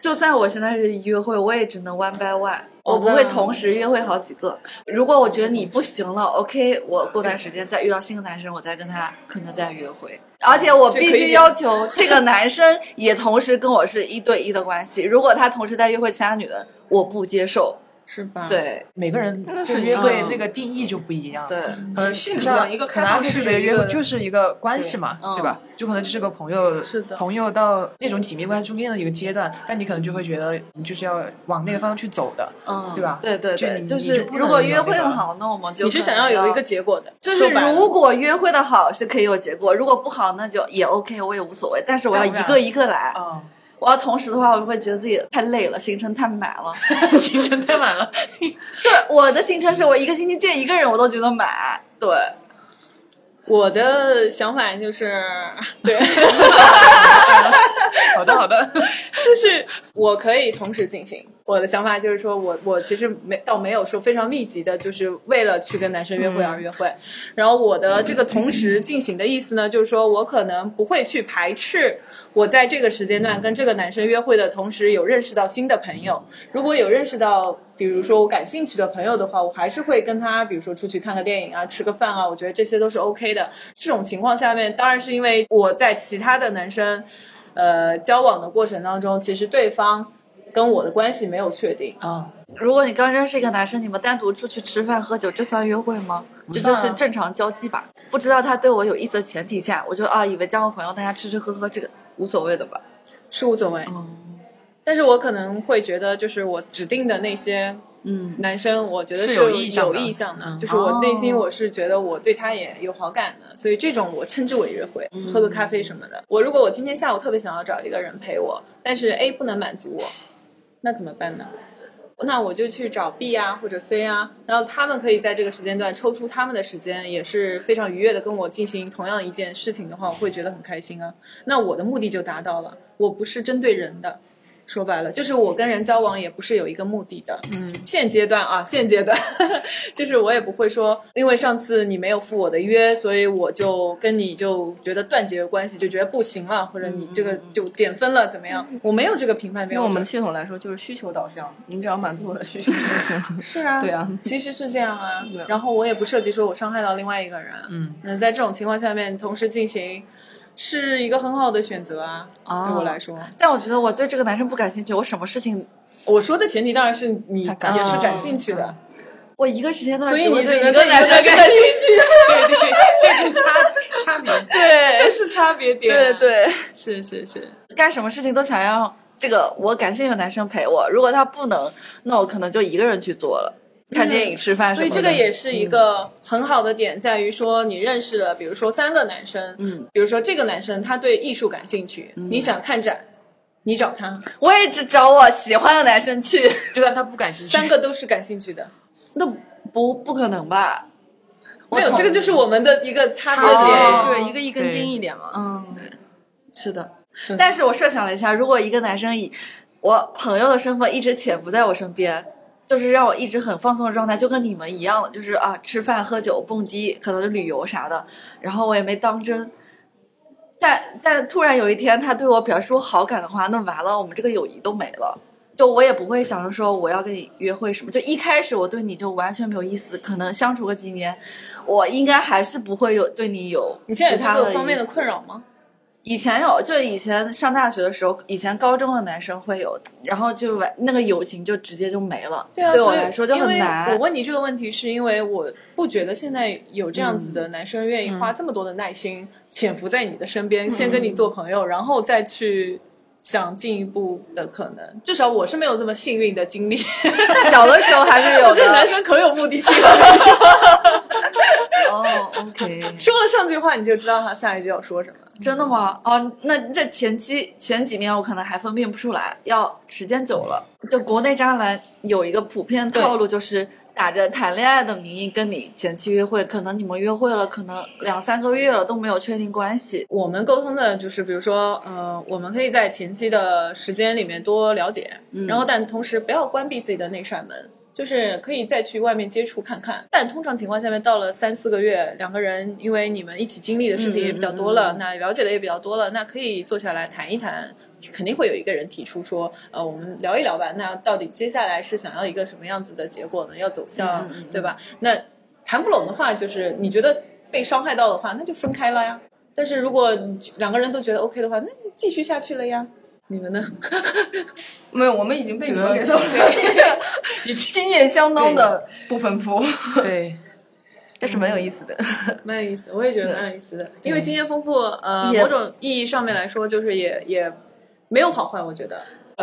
Speaker 1: 就算我现在是约会，我也只能 one by one，
Speaker 2: 哦
Speaker 1: 我不会
Speaker 2: 那
Speaker 1: 同时约会好几个。如果我觉得你不行了，OK，我过段时间再遇到新的男生，我再跟他可能再约会。而且我
Speaker 2: 这
Speaker 1: 必
Speaker 2: 可以
Speaker 1: 须
Speaker 2: 解
Speaker 1: 要求这个男生也同时跟我是一对一的关系。如果他同时在约会其他女人，我不接受。
Speaker 2: 是吧？，
Speaker 1: 对
Speaker 4: 每个人
Speaker 3: 那
Speaker 4: 就是约
Speaker 1: 一
Speaker 4: 会
Speaker 1: 个
Speaker 4: 那个定义就不一样。
Speaker 1: 对，
Speaker 4: 呃，
Speaker 2: 性格
Speaker 4: 像
Speaker 2: 一个
Speaker 4: 可
Speaker 2: 开
Speaker 4: 能
Speaker 2: 放
Speaker 4: 他就
Speaker 2: 式
Speaker 4: 觉
Speaker 2: 的
Speaker 4: 得
Speaker 2: 一
Speaker 4: 约会
Speaker 2: 个
Speaker 4: 就是一个关系嘛，
Speaker 1: 嗯
Speaker 4: 对吧？就可能就是个朋友，
Speaker 2: 是的
Speaker 4: 朋友到那种紧密关系中间的一个阶段，那你可能就会觉得你就是要往那个方向去走的。
Speaker 1: 嗯，
Speaker 4: 对吧
Speaker 1: 对对
Speaker 4: 就
Speaker 1: 对，
Speaker 4: 你
Speaker 1: 就
Speaker 4: 你
Speaker 1: 是
Speaker 4: 就不
Speaker 1: 如果
Speaker 4: 能有
Speaker 1: 约会
Speaker 4: 那
Speaker 1: 的
Speaker 4: 个
Speaker 1: 好，那我们就
Speaker 2: 你是
Speaker 1: 可
Speaker 2: 想
Speaker 1: 能
Speaker 2: 要有一个结果的，
Speaker 1: 就是
Speaker 2: 说白了
Speaker 1: 如果约会的好是可以有结果，如果不好那就也 OK，我也无所谓。但是我要
Speaker 4: 当然
Speaker 1: 一个一个来，
Speaker 4: 啊，
Speaker 1: 我要同时的话，我就会觉得自己太累了，行程太满了。
Speaker 4: 行程太满了。
Speaker 1: 对，我的行程是我一个星期见一个人，我都觉得满。对，
Speaker 2: 我的想法就是，对。
Speaker 4: 好的，好的。
Speaker 2: 就是我可以同时进行。我的想法就是说我我其实没倒没有说非常密集的，就是为了去跟男生约会而约会。然后我的这个同时进行的意思呢，就是说我可能不会去排斥我在这个时间段跟这个男生约会的同时，有认识到新的朋友。如果有认识到，比如说我感兴趣的朋友的话，我还是会跟他，比如说出去看个电影啊，吃个饭啊，我觉得这些都是 OK 的。这种情况下面，当然是因为我在其他的男生。呃，交往的过程当中，其实对方跟我的关系没有确定，
Speaker 4: 啊，
Speaker 1: 如果你刚认识一个男生，你们单独出去吃饭喝酒，这算约会吗？这
Speaker 4: 算
Speaker 1: 就
Speaker 4: 啊
Speaker 1: 是正常交际吧。不知道他对我有意思的前提下，我就啊以为交个朋友，大家吃吃喝喝，这个无所谓的吧。
Speaker 2: 是无所谓。
Speaker 1: 嗯
Speaker 2: 但是我可能会觉得，就是我指定的那些
Speaker 1: 嗯
Speaker 2: 男生，我觉得
Speaker 4: 是
Speaker 2: 是
Speaker 4: 有
Speaker 2: 有
Speaker 4: 意向的
Speaker 2: 意向的，
Speaker 4: 嗯
Speaker 2: 就是我内心
Speaker 1: 哦
Speaker 2: 我是觉得我对他也有好感的，所以这种我称之为约会，
Speaker 4: 嗯
Speaker 2: 喝个咖啡什么的。我如果我今天下午特别想要找一个人陪我，但是 A 不能满足我，那怎么办呢？那我就去找 B 啊或者 C 啊，然后他们可以在这个时间段抽出他们的时间，也是非常愉悦的跟我进行同样一件事情的话，我会觉得很开心啊。那我的目的就达到了，我不是针对人的。说白了，就是我跟人交往也不是有一个目的的。嗯，现阶段啊，现阶段 就是我也不会说，因为上次你没有赴我的约，所以我就跟你就觉得断绝关系，就觉得不行了，或者你这
Speaker 3: 嗯
Speaker 2: 个就减分了，怎么样？我没有这个评判标准。
Speaker 3: 用嗯我们的系统来说，就是需求导向，你只要满足我的需求就行了。
Speaker 2: 是啊，
Speaker 3: 对啊
Speaker 2: 其实是这样啊
Speaker 3: 对啊。
Speaker 2: 然后我也不涉及说我伤害到另外一个人，嗯，那在这种情况下面同时进行，是一个很好的选择啊。
Speaker 1: 啊，
Speaker 2: 对我来 说，
Speaker 1: 但我觉得我对这个男生不感兴趣，我什么事情，
Speaker 2: 我说的前提当然是你也
Speaker 4: 他感
Speaker 1: 兴
Speaker 2: 是
Speaker 1: 趣
Speaker 2: 感兴趣的，
Speaker 1: 我一个时间段
Speaker 2: 所以
Speaker 1: 只会
Speaker 2: 你只
Speaker 1: 对
Speaker 2: 能
Speaker 1: 一个
Speaker 2: 对
Speaker 1: 男
Speaker 2: 一
Speaker 1: 生
Speaker 2: 个
Speaker 1: 感
Speaker 2: 感
Speaker 1: 兴
Speaker 2: 兴
Speaker 1: 趣。
Speaker 2: 趣，对对，这是差差别，
Speaker 1: 对
Speaker 2: 这是差别点，啊
Speaker 1: 对，对。
Speaker 2: 是是是，
Speaker 1: 干什么事情都想让这个我感兴趣的男生陪我，如果他不能，那我可能就一个人去做了，看电影、吃饭什
Speaker 2: 嗯所
Speaker 1: 么
Speaker 2: 以
Speaker 1: 的。
Speaker 2: 这个也是一个很好的点，在于说你认识了，比如说三个男生，
Speaker 1: 嗯，
Speaker 2: 比如说这个男生他对艺术感兴趣，你想看展，你找他，
Speaker 1: 我也只找我喜欢的男生去，
Speaker 4: 就算他不感兴 趣，
Speaker 2: 三个都是感兴趣的。
Speaker 1: 那不不可能吧？
Speaker 2: 没有，
Speaker 1: 我
Speaker 2: 这个就是我们的一个差别
Speaker 1: 差别
Speaker 2: 点。
Speaker 1: 哦
Speaker 3: 对，一个一根筋一点嘛。
Speaker 1: 嗯，是的。但是我设想了一下，如果一个男生以我朋友的身份一直潜伏在我身边，就是让我一直很放松的状态，就跟你们一样的，就是啊，吃饭、喝酒、蹦迪，可能就旅游啥的，然后我也没当真。但但突然有一天他对我表示出好感的话，那完了，我们这个友谊都没了。就我也不会想着说我要跟你约会什么，就一开始我对你就完全没有意思，可能相处个几年，我应该还是不会有对你有
Speaker 2: 你现在有
Speaker 1: 其他
Speaker 2: 这个
Speaker 1: 意
Speaker 2: 方面的
Speaker 1: 思
Speaker 2: 困扰吗？
Speaker 1: 以前有，就以前上大学的时候，以前高中的男生会有，然后就完那个友情就直接就没了。
Speaker 2: 对啊，
Speaker 1: 对我
Speaker 2: 所以
Speaker 1: 来说就
Speaker 2: 因
Speaker 1: 很
Speaker 2: 为
Speaker 1: 难
Speaker 2: 我。问你这个问题，是因为我不觉得现在有这样子
Speaker 1: 嗯
Speaker 2: 的男生愿意花这么多的耐心潜伏在你的身边，先跟
Speaker 1: 嗯
Speaker 2: 你做朋友，然后再去。想进一步的可能，至少我是没有这么幸运的经历。
Speaker 1: 小的时候还是有
Speaker 2: 这男
Speaker 1: 的。
Speaker 2: 生可有目的性 了，
Speaker 1: 哦，OK，
Speaker 2: 说了上句话你就知道他下一句要说什么。
Speaker 1: 真的吗？哦，那这前期前几年我可能还分辨不出来，要时间久了，就国内渣男有一个普遍套路，就是打着谈恋爱的名义跟你前期约会，可能你们约会了，可能两三个月了都没有确定关系。
Speaker 2: 我们沟通的就是，比如说，呃，我们可以在前期的时间里面多了解，
Speaker 1: 嗯
Speaker 2: 然后但同时不要关闭自己的那扇门，就是可以再去外面接触看看。但通常情况下面，到了三四个月，两个人因为你们一起经历的事情也比较多了，
Speaker 1: 嗯嗯嗯
Speaker 2: 那了解的也比较多了，那可以坐下来谈一谈。肯定会有一个人提出说，呃，我们聊一聊吧。那到底接下来是想要一个什么样子的结果呢？要走向，
Speaker 1: 嗯嗯嗯
Speaker 2: 对吧？那谈不拢的话，就是你觉得被伤害到的话，那就分开了呀。但是如果你两个人都觉得 OK 的话，那就继续下去了呀。你们呢？
Speaker 3: 没有，我们已经被你们
Speaker 4: 这
Speaker 3: 给
Speaker 4: 个
Speaker 3: 送给经验相当的不丰富，
Speaker 4: 对，
Speaker 3: 但是蛮有意思的。
Speaker 2: 蛮有意思，我也觉得蛮有意思的，因为经验丰富，呃，
Speaker 1: 也
Speaker 2: 某种意义上面来说，就是也也没有好坏，我觉得。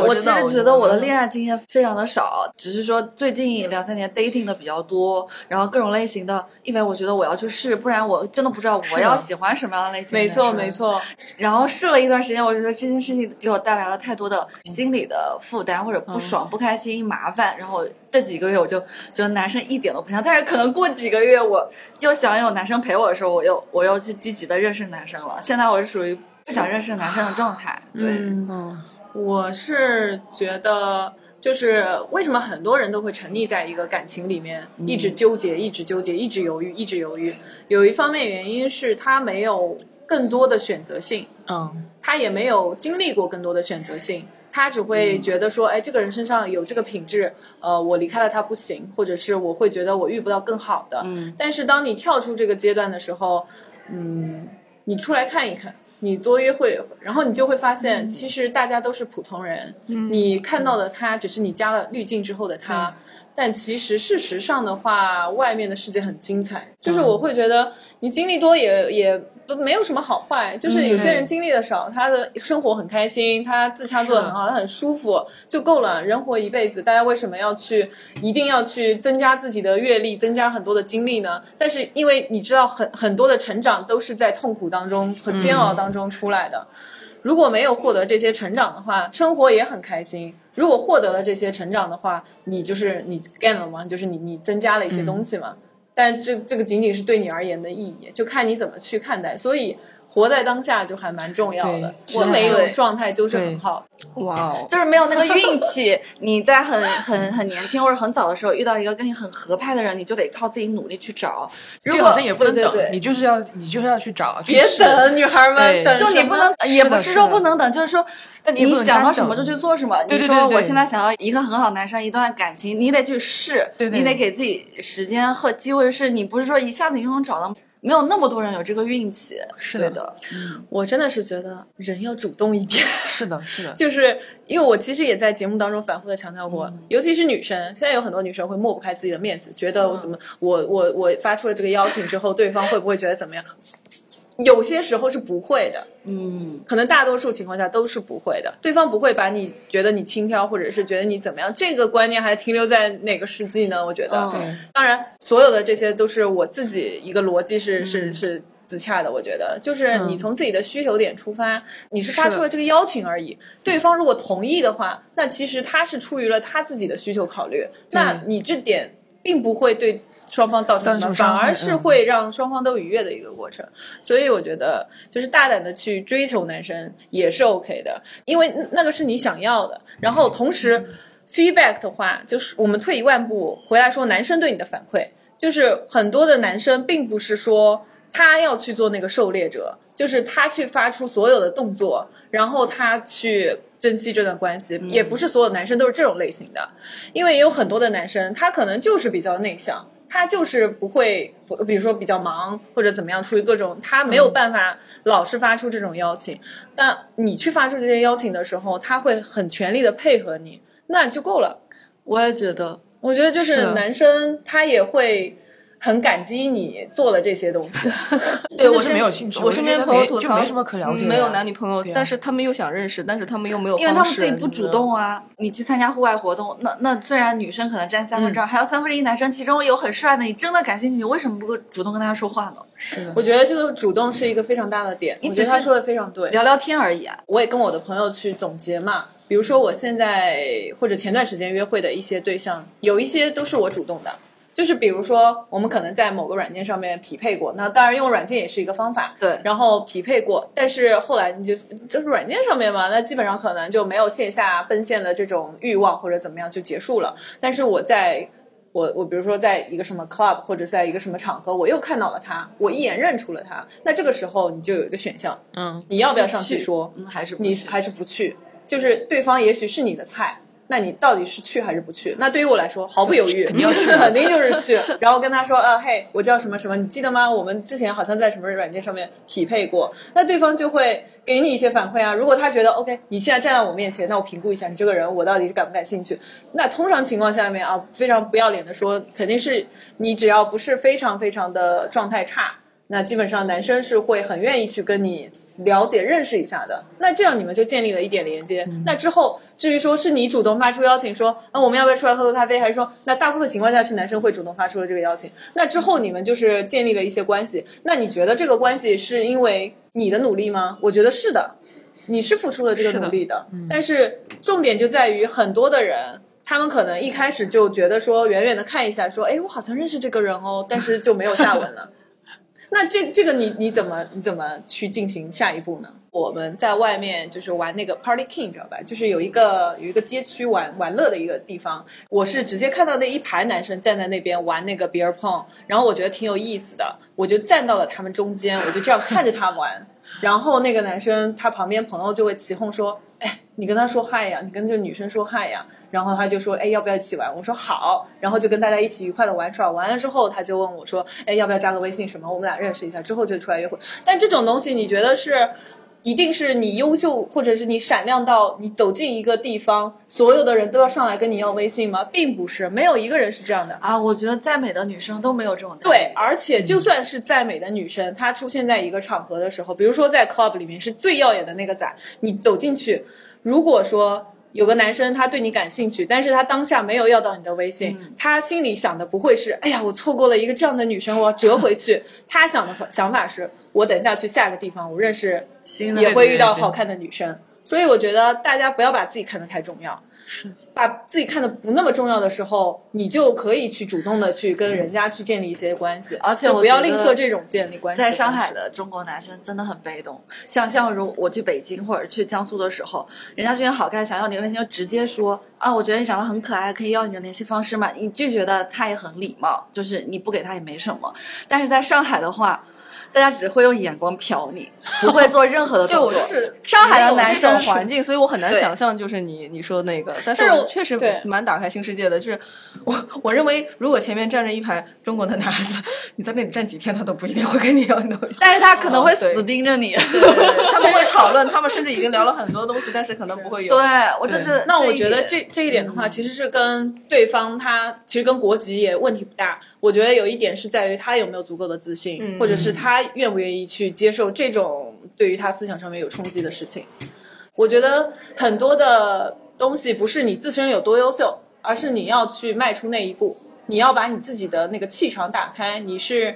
Speaker 1: 我
Speaker 3: 知
Speaker 1: 其
Speaker 3: 道
Speaker 1: 实觉得我的
Speaker 3: 知道
Speaker 1: 恋爱经验非常的少，只是说最近两三年 dating 的比较多，然后各种类型的，因为我觉得我要去试，不然我真的不知道我
Speaker 4: 的
Speaker 1: 要喜欢什么样的类型的
Speaker 2: 没错，
Speaker 1: 男生
Speaker 2: 没。错，
Speaker 1: 然后试了一段时间，我觉得这件事情给我带来了太多的心理的负担，或者不爽、不开心、麻烦。然后这几个月我就觉得男生一点都不像，但是可能过几个月我又想有男生陪我的时候，我又我又去积极的认识男生了。现在我是属于不想认识男生的状态，对。
Speaker 2: 嗯
Speaker 4: 嗯，
Speaker 2: 我是觉得，就是为什么很多人都会沉溺在一个感情里面，一直纠结，一直纠结，一直犹豫，一直犹豫。有一方面原因是他没有更多的选择性，
Speaker 4: 嗯，
Speaker 2: 他也没有经历过更多的选择性，他只会觉得说，哎，这个人身上有这个品质，呃，我离开了他不行，或者是我会觉得我遇不到更好的。嗯，但是当你跳出这个阶段的时候，嗯，你出来看一看。你多约会，然后你就会发现，其实大家都是普通人。你看到的他，只是你加了滤镜之后的他。但其实事实上的话，外面的世界很精彩。就是我会觉得，你经历多也也不没有什么好坏。就是有些人经历的少，他的生活很开心，他自洽做的很好，他很舒服就够了。人活一辈子，大家为什么要去一定要去增加自己的阅历，增加很多的经历呢？但是因为你知道很，很多的成长都是在痛苦当中和煎熬当中出来的。如果没有获得这些成长的话，生活也很开心。如果获得了这些成长的话，你就是你 gain 了嘛，就是你你增加了一些东西嘛。
Speaker 1: 嗯
Speaker 2: 但这这个仅仅是对你而言的意义，就看你怎么去看待。所以活在当下就还蛮重要的。
Speaker 4: 对
Speaker 2: 我每一种
Speaker 1: 对
Speaker 2: 状态都是很好。
Speaker 3: 哇哦，
Speaker 1: 就是没有那个运气， 你在很很很年轻或者很早的时候遇到一个跟你很合拍的人，你就得靠自己努力去找。如
Speaker 4: 这
Speaker 1: 果
Speaker 4: 个好像也不能等，
Speaker 1: 对对
Speaker 4: 你就是要你就是要去找，去
Speaker 2: 别
Speaker 4: 试，
Speaker 2: 等，女孩们
Speaker 4: 对
Speaker 2: 等
Speaker 1: 对，就你
Speaker 2: 什么
Speaker 1: 不能，呃
Speaker 4: 是
Speaker 1: 也不
Speaker 4: 的
Speaker 1: 是
Speaker 4: 是
Speaker 1: 说
Speaker 4: 的
Speaker 1: 不能等，就是说
Speaker 4: 但你也
Speaker 1: 你
Speaker 4: 不能
Speaker 1: 想
Speaker 4: 干
Speaker 1: 到什
Speaker 4: 等
Speaker 1: 么就去做什么。
Speaker 4: 对
Speaker 1: 你
Speaker 4: 对
Speaker 1: 说
Speaker 4: 对对
Speaker 1: 我现在想要一个很好的男生，一段感情，你得去试，
Speaker 4: 对对
Speaker 1: 你得给自己时间和机会试。你不是说一下子你就能找到，没有那么多人有这个运气。
Speaker 4: 是
Speaker 1: 对
Speaker 4: 的
Speaker 1: 的，
Speaker 2: 我真的是觉得人要主动一点。
Speaker 4: 是的，是的，
Speaker 2: 就是因为我其实也在节目当中反复的强调
Speaker 1: 嗯
Speaker 2: 过，尤其是女生，现在有很多女生会抹不开自己的面子，觉得我怎
Speaker 1: 嗯
Speaker 2: 么、我我我发出了这个邀请之后，对方会不会觉得怎么样？有些时候是不会的，
Speaker 1: 嗯，
Speaker 2: 可能大多数情况下都是不会的，对方不会把你觉得你轻佻，或者是觉得你怎么样，这个观念还停留在哪个世纪呢？我觉得，
Speaker 1: 嗯
Speaker 4: 对
Speaker 2: 当然，所有的这些都是我自己一个逻辑是是是自洽的。我觉得，就是你从自己的需求点出发，你是发出了这个邀请而已。对方如果同意的话，那其实他是出于了他自己的需求考虑，那你这点并不会对。双方造成
Speaker 4: 造
Speaker 2: 什么，
Speaker 4: 成
Speaker 2: 反
Speaker 4: 伤害
Speaker 2: 而是
Speaker 4: 嗯
Speaker 2: 会让双方都愉悦的一个过程。所以我觉得，就是大胆的去追求男生也是 OK 的，因为那个是你想要的。然后同时，feedback 的话，就是我们退一万步回来说，男生对你的反馈，就是很多的男生并不是说他要去做那个狩猎者，就是他去发出所有的动作，然后他去珍惜这段关系，也不是所有男生都是这种类型的，因为也有很多的男生他可能就是比较内向。他就是不会，不比如说比较忙或者怎么样，出于各种他没有办法老是发出这种邀请。那你去发出这些邀请的时候，他会很全力的配合你，那就够了。
Speaker 1: 我也觉得，
Speaker 2: 我觉得就是是男生他也会很感激你做了这些东西。
Speaker 3: 对
Speaker 4: 真的
Speaker 3: 我
Speaker 4: 是
Speaker 3: 身
Speaker 4: 没有兴趣
Speaker 3: 我
Speaker 4: 我
Speaker 3: 身
Speaker 4: 就
Speaker 3: 边
Speaker 4: 觉得
Speaker 3: 朋友
Speaker 4: 没
Speaker 3: 吐
Speaker 4: 就
Speaker 3: 槽
Speaker 4: 没什么可了解
Speaker 3: 嗯没有
Speaker 4: 的
Speaker 3: 男女朋友
Speaker 4: 对，啊
Speaker 3: 但是他们又想认嗯识，但是他们又没有，
Speaker 1: 因为他们自己不主。动啊。你去参加户外活动，那那虽然女生可能占三
Speaker 2: 嗯
Speaker 1: 分之二，还有三分之一男生，其中有很帅的，你真的感兴趣，你为什么不主动跟他说话呢？
Speaker 3: 是的，
Speaker 2: 我觉得这个主动是一个非常大的点，
Speaker 1: 你
Speaker 2: 我觉得
Speaker 1: 只
Speaker 2: 他
Speaker 1: 是
Speaker 2: 说的非常对。
Speaker 1: 聊聊天而已啊。
Speaker 2: 我也跟我的朋友去总结嘛，比如说我现在或者前段时间约会的一些对象，有一些都是我主动的，就是比如说我们可能在某个软件上面匹配过，那当然用软件也是一个方法，
Speaker 1: 对
Speaker 2: 然后匹配过，但是后来你就就是软件上面嘛，那基本上可能就没有线下奔现的这种欲望或者怎么样就结束了，但是我在。我我比如说在一个什么 club 或者在一个什么场合，我又看到了他，我一眼认出了他，那这个时候你就有一个选项，
Speaker 4: 嗯，
Speaker 2: 你要不要上去
Speaker 1: 去
Speaker 2: 说？
Speaker 1: 嗯，还是不
Speaker 2: 你
Speaker 1: 去
Speaker 2: 还是不去，就是对方也许是你的菜，那你到底是去还是不去？那对于我来说，毫不犹豫，肯定就是去。然后跟他说，呃，嘿，我叫什么什么，你记得吗？我们之前好像在什么软件上面匹配过，那对方就会给你一些反馈啊。如果他觉得 OK，你现在站在我面前，那我评估一下你这个人，我到底是感不感兴趣？那通常情况下面啊，非常不要脸的说，肯定是你只要不是非常非常的状态差，那基本上男生是会很愿意去跟你了解、认识一下的。那这样你们就建立了一点连接。那之后，至于说是你主动发出邀请说，啊，我们要不要出来喝个咖啡，还是说，那大部分情况下是男生会主动发出了这个邀请。那之后你们就是建立了一些关系。那你觉得这个关系是因为你的努力吗？我觉得是的，你是付出了这个努力的。嗯但是重点就在于很多的人。他们可能一开始就觉得说，远远的看一下，说，哎，我好像认识这个人哦，但是就没有下文了。那这这个你你怎么你怎么去进行下一步呢？我们在外面就是玩那个 Party King，知道吧？就是有一个有一个街区玩玩乐的一个地方，我是直接看到那一排男生站在那边玩那个 beer pong，然后我觉得挺有意思的，我就站到了他们中间，我就这样看着他玩。然后那个男生他旁边朋友就会起哄说：“哎，你跟他说嗨呀，你跟这个女生说嗨呀。”然后他就说：“哎，要不要一起玩？”我说：“好。”然后就跟大家一起愉快的玩耍。完了之后，他就问我说：“哎，要不要加个微信什么？我们俩认识一下。”之后就出来约会。但这种东西，你觉得是一定是你优秀，或者是你闪亮到你走进一个地方，所有的人都要上来跟你要微信吗？并不是，没有一个人是这样的。
Speaker 1: 啊？我觉得再美的女生都没有这种态
Speaker 2: 对，而且就算是再美的女生，她出现在一个场合的时候，比如说在 club 里面是最耀眼的那个仔，你走进去，如果说有个男生他对你感兴趣，但是他当下没有要到你的微信，他心里想的不会是，哎呀，我错过了一个这样的女生，我要折回去。他想的想法是，我等下去下个地方，我认识
Speaker 1: 新的
Speaker 2: 也会遇到
Speaker 4: 对
Speaker 2: 好看的女生。所以我觉得大家不要把自己看得太重要，
Speaker 4: 是
Speaker 2: 把自己看得不那么重要的时候，你就可以去主动的去跟人家去建立一些关系，
Speaker 1: 而且
Speaker 2: 就
Speaker 1: 我
Speaker 2: 不要
Speaker 1: 觉
Speaker 2: 吝
Speaker 1: 得
Speaker 2: 啬这种建立关系的
Speaker 1: 在
Speaker 2: 方
Speaker 1: 上
Speaker 2: 式。
Speaker 1: 海的中国男生真的很被动，像像如我去北京或者去江苏的时候，人家觉得好看，想要你的微信就直接说啊，我觉得你长得很可爱，可以要你的联系方式嘛。你拒绝的他也很礼貌，就是你不给他也没什么。但是在上海的话，大家只会用眼光瞟你，不会做任何的
Speaker 3: 对
Speaker 1: 动
Speaker 3: 我
Speaker 1: 作。
Speaker 3: 就是
Speaker 1: 上海的
Speaker 3: 没有
Speaker 1: 男
Speaker 3: 这种
Speaker 1: 生
Speaker 3: 环境，所以我很难
Speaker 1: 对
Speaker 3: 想象就是你你说那个，但是
Speaker 2: 但是
Speaker 3: 我
Speaker 2: 我
Speaker 3: 确实
Speaker 2: 对
Speaker 3: 蛮打开新世界的。就是我我认为，如果前面站着一排中国的男孩子，你在那里站几天，他都不一定会跟你要东西。
Speaker 1: 但是他可能会
Speaker 3: 哦对
Speaker 1: 死盯着你。
Speaker 3: 对他们会讨论，他们甚至已经聊了很多东西，但是可能不会 有。
Speaker 1: 对，我就
Speaker 3: 对
Speaker 1: 觉得
Speaker 2: 那我
Speaker 1: 嗯一
Speaker 2: 觉得
Speaker 1: 点
Speaker 2: 这这一点的话，其实是跟对方他其实跟国籍也问题不大。我觉得有一点是在于他有没有足够的自信，
Speaker 3: 嗯
Speaker 2: 或者是他愿不愿意去接受这种对于他思想上面有冲击的事情。我觉得很多的东西不是你自身有多优秀，而是你要去迈出那一步，你要把你自己的那个气场打开，你是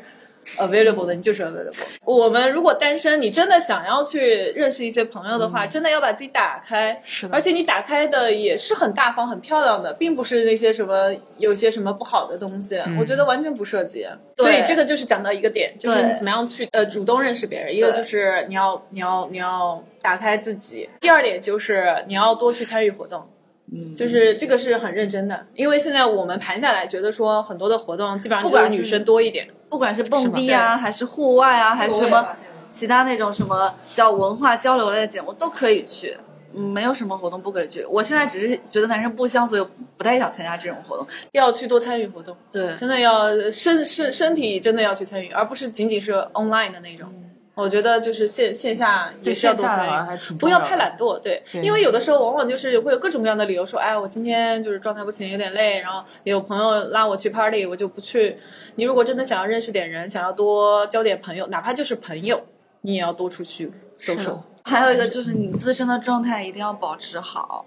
Speaker 2: available 的，你就是 available。我们如果单身，你真的想要去认识一些朋友的话，真的要把自己打开。
Speaker 3: 是的
Speaker 2: 而且你打开的也是很大方、很漂亮的，并不是那些什么有些什么不好的东西，我觉得完全不涉及。所以这个就是讲到一个点，就是你
Speaker 1: 对
Speaker 2: 怎么样去呃主动认识别人，一个
Speaker 1: 对
Speaker 2: 就是你要你要你要打开自己，第二点就是你要多去参与活动。
Speaker 4: 嗯
Speaker 2: 就是这个是很认真的，因为现在我们盘下来，觉得说很多的活动基本上
Speaker 1: 不管
Speaker 2: 就是女生多一点，
Speaker 1: 不管是蹦迪啊，还是户外啊，还是什么其他那种什么叫文化交流类的节目，都可以去。嗯，没有什么活动不可以去。我现在只是觉得男生不香，所以不太想参加这种活动。
Speaker 2: 要去多参与活动，
Speaker 1: 对，
Speaker 2: 真的要身身身体真的要去参与，而不是仅仅是 online 的那种。我觉得就是线线下也
Speaker 4: 嗯对
Speaker 2: 是要
Speaker 4: 线
Speaker 2: 多
Speaker 4: 下的话
Speaker 2: 参与，
Speaker 4: 还挺
Speaker 2: 不
Speaker 4: 重
Speaker 2: 要
Speaker 4: 的
Speaker 2: 太懒惰，对，
Speaker 4: 对
Speaker 2: 因为有的时候往往就是会有各种各样的理由说，哎，我今天就是状态不行，有点累，然后也有朋友拉我去 party，我就不去。你如果真的想要认识点人，想要多交点朋友，哪怕就是朋友，你也要多出去搜搜。
Speaker 1: 还有一个就是你自身的状态一定要保持好。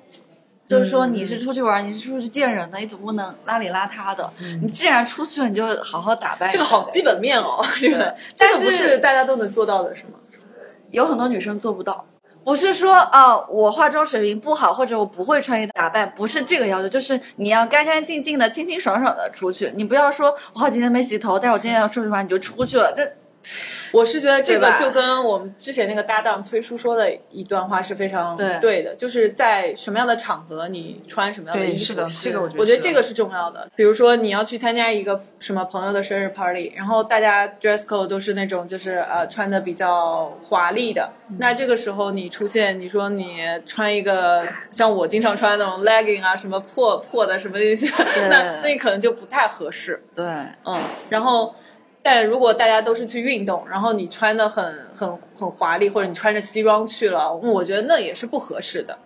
Speaker 1: 就是说，你是出去玩，你是出去见人的，你总不能邋里邋遢的。你既然出去了，你就好好打扮一下。
Speaker 2: 嗯这个 好基本面哦，这个这
Speaker 1: 但
Speaker 2: 个不
Speaker 1: 是
Speaker 2: 是大家都能做到的，是吗？
Speaker 1: 有很多女生做不到。不是说啊、我化妆水平不好，或者我不会穿衣打扮，不是这个要求，就是你要干干净净的、清清爽爽的出去。你不要说我好几天没洗头，但是我今天要出去玩，你就出去了。这
Speaker 2: 我是觉得这
Speaker 1: 对
Speaker 2: 个
Speaker 1: 吧
Speaker 2: 就跟我们之前那个搭档崔叔说的一段话是非常
Speaker 1: 对
Speaker 2: 对的，就是在什么样的场合你穿什么样的衣
Speaker 4: 对，
Speaker 2: 服。
Speaker 4: 是的，这个我觉得
Speaker 2: 我
Speaker 4: 我
Speaker 2: 觉得这个是重要的，比如说你要去参加一个什么朋友的生日 party，然后大家 dress code 都是那种就是呃穿的比较华丽的，那这个时候你出现，你说你穿一个像我经常穿那种 legging 啊，什么破破的什么那些， 那那可能就不太合适。
Speaker 1: 对，
Speaker 2: 嗯，然后，但如果大家都是去运动，然后你穿的很很很华丽，或者你穿着西装去了，嗯我觉得那也是不合适的。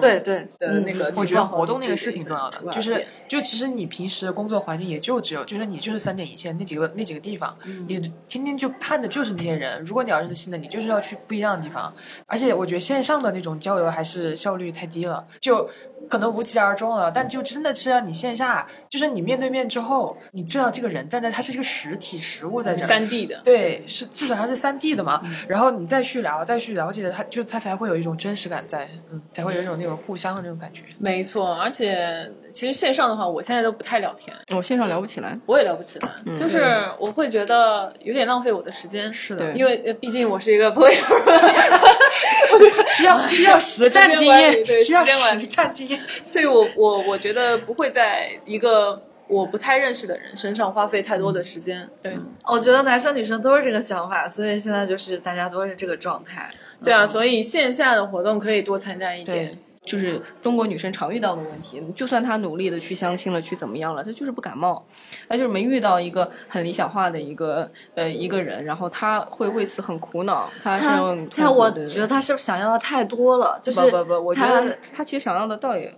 Speaker 1: 对对，
Speaker 2: 的那个情况和你自己，
Speaker 4: 嗯我觉得活动那个是挺重要的
Speaker 2: 出，来
Speaker 4: 就
Speaker 2: 一
Speaker 4: 是
Speaker 2: 点
Speaker 4: 就其实你平时工作环境也就只有，就是你就是三点一线那几个那几个地方，你天天就看的就是那些人。如果你要认识新的，你就是要去不一样的地方。而且我觉得线上的那种交流还是效率太低了，就可能无疾而终了。但就真的是让你线下，就是你面对面之后，你知道这个人站在他是一个实体实物在这儿，
Speaker 2: 三 D 的，
Speaker 4: 对，是至少它是三 D 的嘛，然后你再去聊，再去了解它，就它才会有一种真实感在，嗯，才会有一种那种互相的那种感觉。
Speaker 2: 没错。而且其实线上的话，我现在都不太聊天，
Speaker 3: 我线上聊不起来。
Speaker 2: 我也聊不起来，就是我会觉得有点浪费我的时间。
Speaker 4: 嗯是
Speaker 3: 对
Speaker 4: 的，
Speaker 2: 因为呃毕竟我是一个 player，
Speaker 4: 需要需要实
Speaker 2: 战
Speaker 4: 战经
Speaker 2: 经验
Speaker 4: 验，
Speaker 2: 需
Speaker 4: 需
Speaker 2: 要
Speaker 4: 要
Speaker 2: 实
Speaker 4: 实战经验。
Speaker 2: 所以我我我觉得不会在一个我不太认识的人身上花费太多的时间。
Speaker 3: 嗯对，
Speaker 1: 我觉得男生女生都是这个想法，所以现在就是大家都是这个状态。
Speaker 2: 对啊，所以线下的活动可以多参加一点。
Speaker 4: 对，
Speaker 3: 就是中国女生常遇到的问题。就算她努力的去相亲了，去怎么样了，她就是不感冒，她就是没遇到一个很理想化的一个呃一个人，然后她会为此很苦恼，她是
Speaker 1: 他
Speaker 3: 很痛
Speaker 1: 他，
Speaker 3: 苦
Speaker 1: 我
Speaker 3: 的
Speaker 1: 觉得他是不是想要的太多了？就是
Speaker 3: 不不不，我觉
Speaker 1: 他
Speaker 3: 得她其实想要的倒也。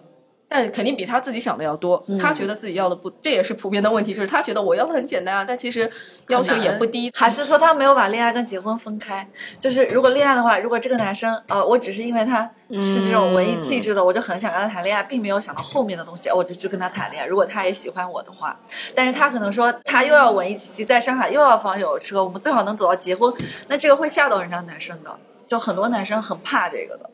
Speaker 3: 但肯定比她自己想的要多，
Speaker 1: 嗯
Speaker 3: 她觉得自己要的不，这也是普遍的问题，就是她觉得我要的很简单啊，但其实要求也不低。
Speaker 1: 还是说他没有把恋爱跟结婚分开？就是如果恋爱的话，如果这个男生，呃，我只是因为他是这种文艺气质的，我就很想跟他谈恋爱，并没有想到后面的东西，我就去跟他谈恋爱。如果他也喜欢我的话，但是他可能说他又要文艺气息，在上海又要房又有车，我们最好能走到结婚，那这个会吓到人家男生的。就很多男生很怕这个的，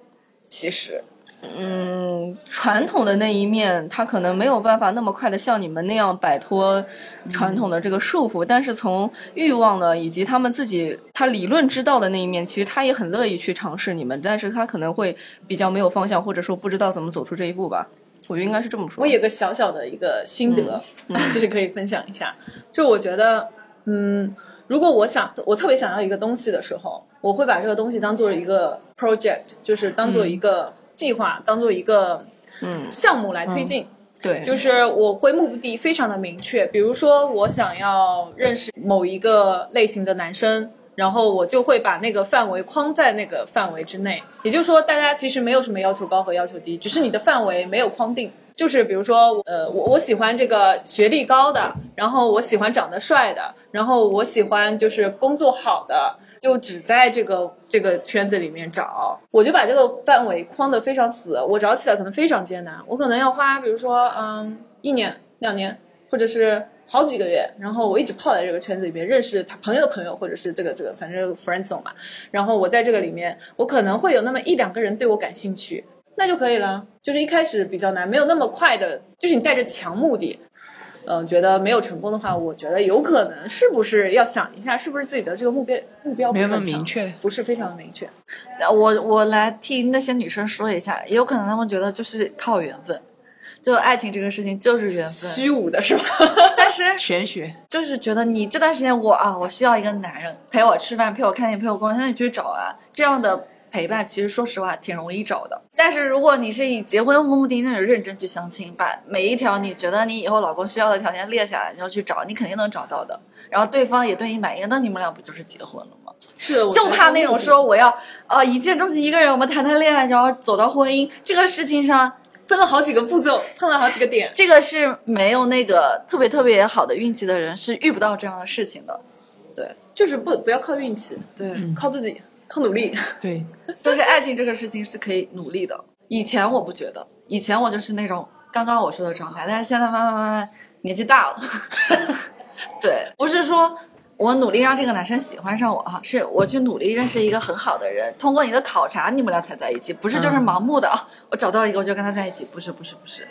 Speaker 1: 其实，
Speaker 3: 嗯，传统的那一面，她可能没有办法那么快的像你们那样摆脱传统的这个束缚，但是从欲望的以及他们自己他理论知道的那一面，其实他也很乐意去尝试你们，但是他可能会比较没有方向，或者说不知道怎么走出这一步吧。我觉得应该是这么说。
Speaker 2: 我有个小小的一个心得，
Speaker 3: 嗯
Speaker 2: 就是可以分享一下。就我觉得，嗯，如果我想我特别想要一个东西的时候，我会把这个东西当做一个 project，就是当做一个计划，当做一个
Speaker 3: 嗯
Speaker 2: 项目来推进。
Speaker 3: 对，
Speaker 2: 就是我会目的非常的明确，比如说我想要认识某一个类型的男生，然后我就会把那个范围框在那个范围之内。也就是说，大家其实没有什么要求高和要求低，只是你的范围没有框定。就是比如说，呃，我我喜欢这个学历高的，然后我喜欢长得帅的，然后我喜欢就是工作好的，就只在这个这个圈子里面找，我就把这个范围框得非常死，我找起来可能非常艰难，我可能要花，比如说，嗯，一年、两年，或者是好几个月，然后我一直泡在这个圈子里面，认识他朋友的朋友，或者是这个这个，反正 friend zone 嘛。然后我在这个里面，我可能会有那么一两个人对我感兴趣，那就可以了。就是一开始比较难，没有那么快的，就是你带着强目的，嗯、觉得没有成功的话，我觉得有可能是不是要想一下，是不是自己的这个目标目标不
Speaker 4: 没有
Speaker 2: 是
Speaker 4: 那
Speaker 2: 很
Speaker 4: 么
Speaker 2: 强
Speaker 4: 明确
Speaker 2: 不是非常的明确。
Speaker 1: 呃我我来替那些女生说一下，也有可能她们觉得就是靠缘分，就爱情这个事情就是缘分，
Speaker 2: 虚无的是吧？
Speaker 1: 但是
Speaker 4: 玄学，
Speaker 1: 就是觉得你这段时间我啊，我需要一个男人陪我吃饭、陪我看电影、陪我逛街，那你去找啊。这样的陪伴，其实说实话挺容易找的。但是如果你是以结婚为目的，那就认真去相亲，把每一条你觉得你以后老公需要的条件列下来，然后去找，你肯定能找到的。然后对方也对你满意，那你们俩不就是结婚了吗？
Speaker 2: 是的，我
Speaker 1: 就
Speaker 2: 觉得
Speaker 1: 怕
Speaker 2: 这
Speaker 1: 那
Speaker 2: 个
Speaker 1: 种
Speaker 2: 是
Speaker 1: 说我要啊、一见钟情一个人，我们谈谈恋爱，然后走到婚姻这个事情上，
Speaker 2: 分了好几个步骤，碰了好几个点。
Speaker 1: 这个是没有那个特别特别好的运气的人是遇不到这样的事情的。
Speaker 2: 就是不不要靠运气，
Speaker 1: 对，
Speaker 2: 靠自己，靠努力。
Speaker 4: 对，
Speaker 1: 就是爱情这个事情是可以努力的。以前我不觉得，以前我就是那种刚刚我说的状态，但是现在慢慢慢慢年纪大了， 对，不是说我努力让这个男生喜欢上我哈，是我去努力认识一个很好的人，通过你的考察，你们俩才在一起，不是就是
Speaker 4: 嗯
Speaker 1: 盲目的啊、我找到了一个我就跟他在一起，不是不是不是，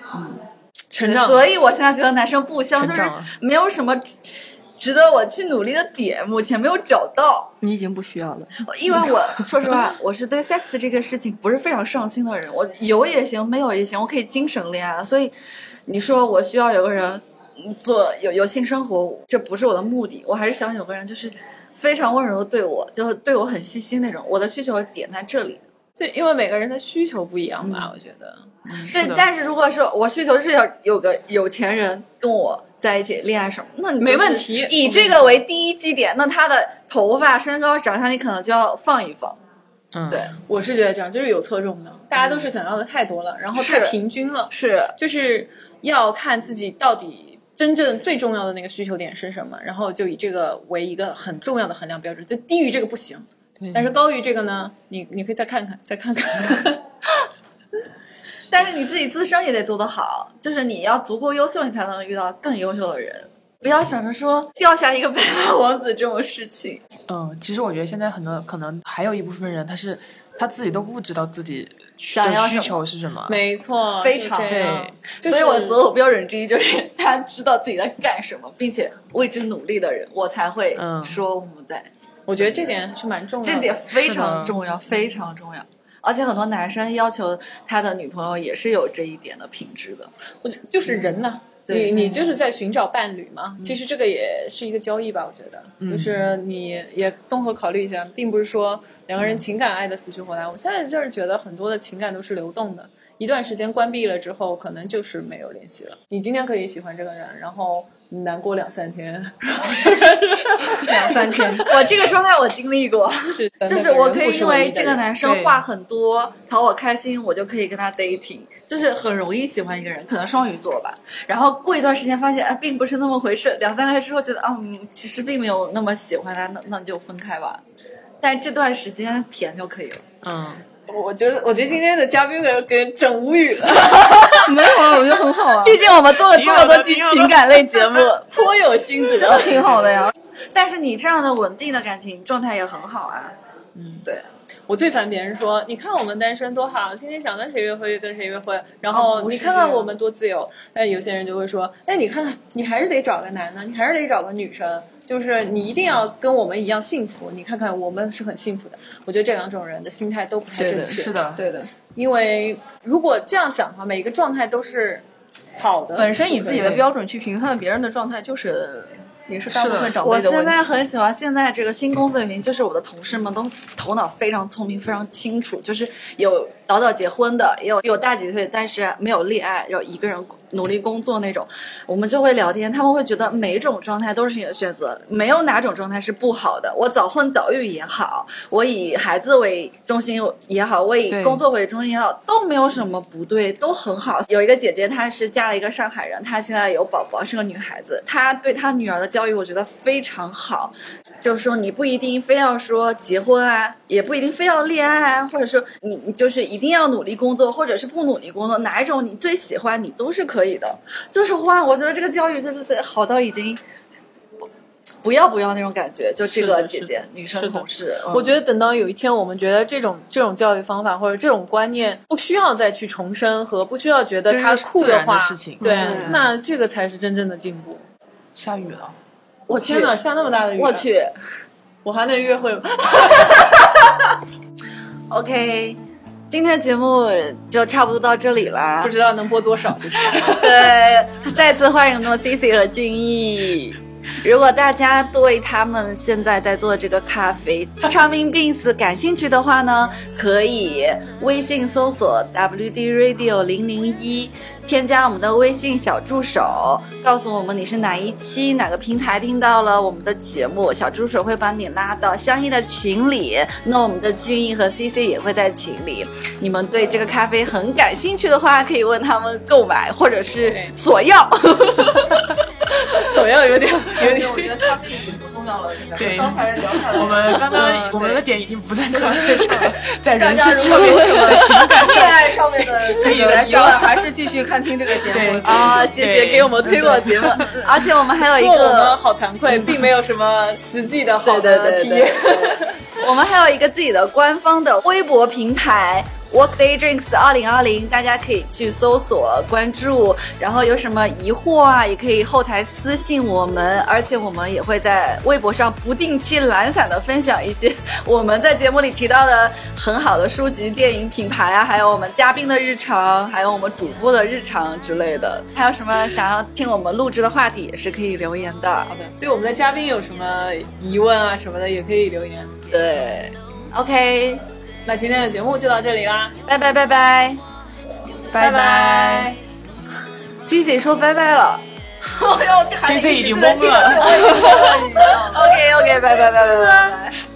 Speaker 2: 成长，
Speaker 1: 所以我现在觉得男生不香，就
Speaker 4: 成
Speaker 1: 是
Speaker 4: 长了
Speaker 1: 没有什么值得我去努力的点，目前没有找到。
Speaker 3: 你已经不需要了。
Speaker 1: 因为我说实话，我是对 sex 这个事情不是非常上心的人，我有也行，没有也行，我可以精神恋爱。所以你说我需要有个人嗯做有有性生活，这不是我的目的，我还是想有个人就是非常温柔的对我，就是对我很细心那种。我的需求点在这
Speaker 2: 嗯
Speaker 1: 里。
Speaker 2: 就因为每个人的需求不一样
Speaker 1: 嗯
Speaker 2: 吧，我觉得。
Speaker 1: 对，但是如果说我需求是要有个有钱人跟我在一起恋爱什么，那你就是
Speaker 2: 没问题
Speaker 1: 以这个为第一基点，那他的头发、身高、长相，你可能就要放一放。
Speaker 4: 嗯，
Speaker 1: 对，
Speaker 2: 我是觉得这样，就是有侧重的，大家都是想要的太多了，然后太
Speaker 1: 嗯是
Speaker 2: 平均了，
Speaker 1: 是，
Speaker 2: 就是要看自己到底真正最重要的那个需求点是什么，然后就以这个为一个很重要的衡量标准，就低于这个不行，但是高于这个呢，你你可以再看看，再 看看。
Speaker 1: 但是你自己自身也得做得好，就是你要足够优秀，你才能遇到更优秀的人。不要想着说掉下一个白马王子这种事情。
Speaker 4: 嗯，其实我觉得现在很多可能还有一部分人，他是他自己都不知道自己
Speaker 1: 想要
Speaker 4: 的需
Speaker 1: 什么
Speaker 4: 求是什么。
Speaker 2: 没错，
Speaker 1: 非常
Speaker 2: 就这样就是
Speaker 1: 所以我的择偶标准之一就是他知道自己在干什么，并且为之努力的人，我才会
Speaker 4: 嗯
Speaker 1: 说我们在。
Speaker 2: 我觉得这点是蛮重要的，
Speaker 1: 这点非
Speaker 4: 是
Speaker 1: 常
Speaker 4: 的
Speaker 1: 重要，非常重要。而且很多男生要求他的女朋友也是有这一点的品质的。
Speaker 2: 我就就是人呐、
Speaker 1: 嗯对嗯
Speaker 2: 你你就是在寻找伴侣嘛，其实这个也是一个交易吧，我觉得，就是你也综合考虑一下，并不是说
Speaker 1: 嗯
Speaker 2: 两个人情感爱的死去活来。我现在就是觉得很多的情感都是流动的，一段时间关闭了之后，可能就是没有联系了。你今天可以喜欢这个人，然后你难过两 三天，
Speaker 3: 两三天，
Speaker 1: 我这个状态我经历过。
Speaker 2: 是等
Speaker 1: 就
Speaker 2: 等
Speaker 1: 是我可
Speaker 2: 人
Speaker 1: 以
Speaker 2: 不
Speaker 1: 因
Speaker 2: 唯一
Speaker 1: 为
Speaker 2: 的
Speaker 1: 这个
Speaker 2: 人
Speaker 1: 男生话很多，讨我开心，我就可以跟他 dating，就是很容易喜欢一个人，可能双鱼座吧。然后过一段时间发现，哎，并不是那么回事，两三个月之后觉得，啊嗯，其实并没有那么喜欢他，那那就分开吧。但这段时间甜就可以了。
Speaker 4: 嗯，
Speaker 2: 我我觉得我觉得今天的嘉宾给给整无语了。
Speaker 3: 没有啊，我觉得很好啊，
Speaker 1: 毕竟我们做了这么多期
Speaker 2: 挺好的
Speaker 1: 情感类节目，颇有心
Speaker 3: 真
Speaker 1: 得
Speaker 3: 的。 挺好的呀。
Speaker 1: 但是你这样的稳定的感情状态也很好啊。嗯，对。
Speaker 2: 我最烦别人说，你看我们单身多好，今天想跟谁约会就跟谁约会，然后
Speaker 1: 哦不
Speaker 2: 你
Speaker 1: 是
Speaker 2: 看看
Speaker 1: 这样
Speaker 2: 我们多自由。但有些人就会说，哎，你看看，你还是得找个男的，你还是得找个女生，就是你一定要跟我们一样幸福。你看看我们是很幸福的。我觉得这两种人的心态都不太正
Speaker 4: 对，
Speaker 2: 确，
Speaker 4: 是的，
Speaker 3: 对的，
Speaker 2: 因为如果这样想的话，每一个状态都是好的，
Speaker 3: 本身以自己的
Speaker 2: 对
Speaker 3: 标准去评判别人的状态，就是也是大部
Speaker 4: 是
Speaker 3: 分
Speaker 4: 的
Speaker 3: 长
Speaker 1: 我
Speaker 3: 辈的
Speaker 1: 现
Speaker 3: 问题。
Speaker 1: 在很喜欢现在这个新公司的原因，就是我的同事们都头脑非常聪明，非常清楚，就是有早早结婚的，也有有大几岁但是没有恋爱，然后一个人努力工作那种。我们就会聊天，他们会觉得每一种状态都是你的选择，没有哪种状态是不好的。我早婚早育也好，我以孩子为中心也好，我以
Speaker 4: 对
Speaker 1: 工作为中心也好，都没有什么不对，都很好。有一个姐姐，她是嫁了一个上海人，她现在有宝宝，是个女孩子，她对她女儿的教育，我觉得非常好。就是说你不一定非要说结婚啊，也不一定非要恋爱啊，或者说你你就是一定要努力工作，或者是不努力工作，哪一种你最喜欢，你都是可以的。就是哇，我觉得这个教育就是好到已经不要不要那种感觉。就这
Speaker 2: 是
Speaker 1: 个
Speaker 2: 的
Speaker 1: 姐
Speaker 2: 是
Speaker 1: 姐，女生同事，嗯
Speaker 2: 我觉得等到有一天，我们觉得这种这种教育方法或者这种观念不需要再去重申和不需要觉得它
Speaker 4: 这是
Speaker 2: 酷
Speaker 4: 自然的
Speaker 2: 话，
Speaker 4: 事情
Speaker 2: 对，
Speaker 1: 嗯
Speaker 2: 那这个才是真正的进步。
Speaker 4: 下雨 了，
Speaker 1: 我去
Speaker 2: 天，哪，下那么大的雨，
Speaker 1: 我，去啊
Speaker 2: 我还能约会吗？
Speaker 1: ，OK。今天节目就差不多到这里啦
Speaker 2: 不。知道能播多少，就是。
Speaker 1: 对，再次欢迎诺 C C 和俊逸，如果大家对他们现在在做这个咖啡长明 beans 感兴趣的话呢，可以微信搜索 WD Radio 零零一。添加我们的微信小助手，告诉我们你是哪一期哪个平台听到了我们的节目，小助手会把你拉到相应的群里。那我们的俊逸和 CC 也会在群里。你们对这个咖啡很感兴趣的话，可以问他们购买或者是
Speaker 2: 对
Speaker 1: 索要。
Speaker 2: 索要有点有
Speaker 3: 而且我觉
Speaker 2: 点。
Speaker 3: 得咖啡已经不重要了，真的
Speaker 4: 对
Speaker 3: 刚才聊下来，
Speaker 4: 我们刚刚
Speaker 3: 嗯
Speaker 4: 我们的
Speaker 3: 对
Speaker 4: 点已经不在 咖啡上了，在
Speaker 3: 大
Speaker 4: 人
Speaker 3: 家
Speaker 4: 生
Speaker 3: 如
Speaker 4: 上
Speaker 3: 果
Speaker 4: 面
Speaker 3: 有什么情感恋爱上面的这个疑问，还是继续看听这个节目
Speaker 4: 对
Speaker 1: 啊，谢谢
Speaker 4: 对
Speaker 1: 给我们推广 节目，而且我们还有一
Speaker 2: 说我们
Speaker 1: 个，
Speaker 2: 好惭愧，并没有什么实际的
Speaker 1: 对
Speaker 2: 好
Speaker 1: 嗯对
Speaker 2: 的
Speaker 1: 对
Speaker 2: 体验
Speaker 1: 对。，我们还有一个自己的官方的微博平台。Workday Drinks 二零二零，大家可以去搜索关注，然后有什么疑惑啊，也可以后台私信我们，而且我们也会在微博上不定期懒散的分享一些我们在节目里提到的很好的书籍、电影、品牌啊，还有我们嘉宾的日常，还有我们主播的日常之类的。还有什么想要听我们录制的话题，也是可以留言的。
Speaker 2: 好的， 对我们的嘉宾有什么疑问啊什么的，也可以留言。
Speaker 1: 对，OK，
Speaker 2: 那今天的节目就到这里啦，
Speaker 1: 拜拜拜拜。
Speaker 2: 拜拜
Speaker 1: C C 说拜拜了。哎呦，这还
Speaker 4: C C 已经懵
Speaker 1: 了。
Speaker 4: 了。
Speaker 1: OK OK，拜拜拜拜拜拜。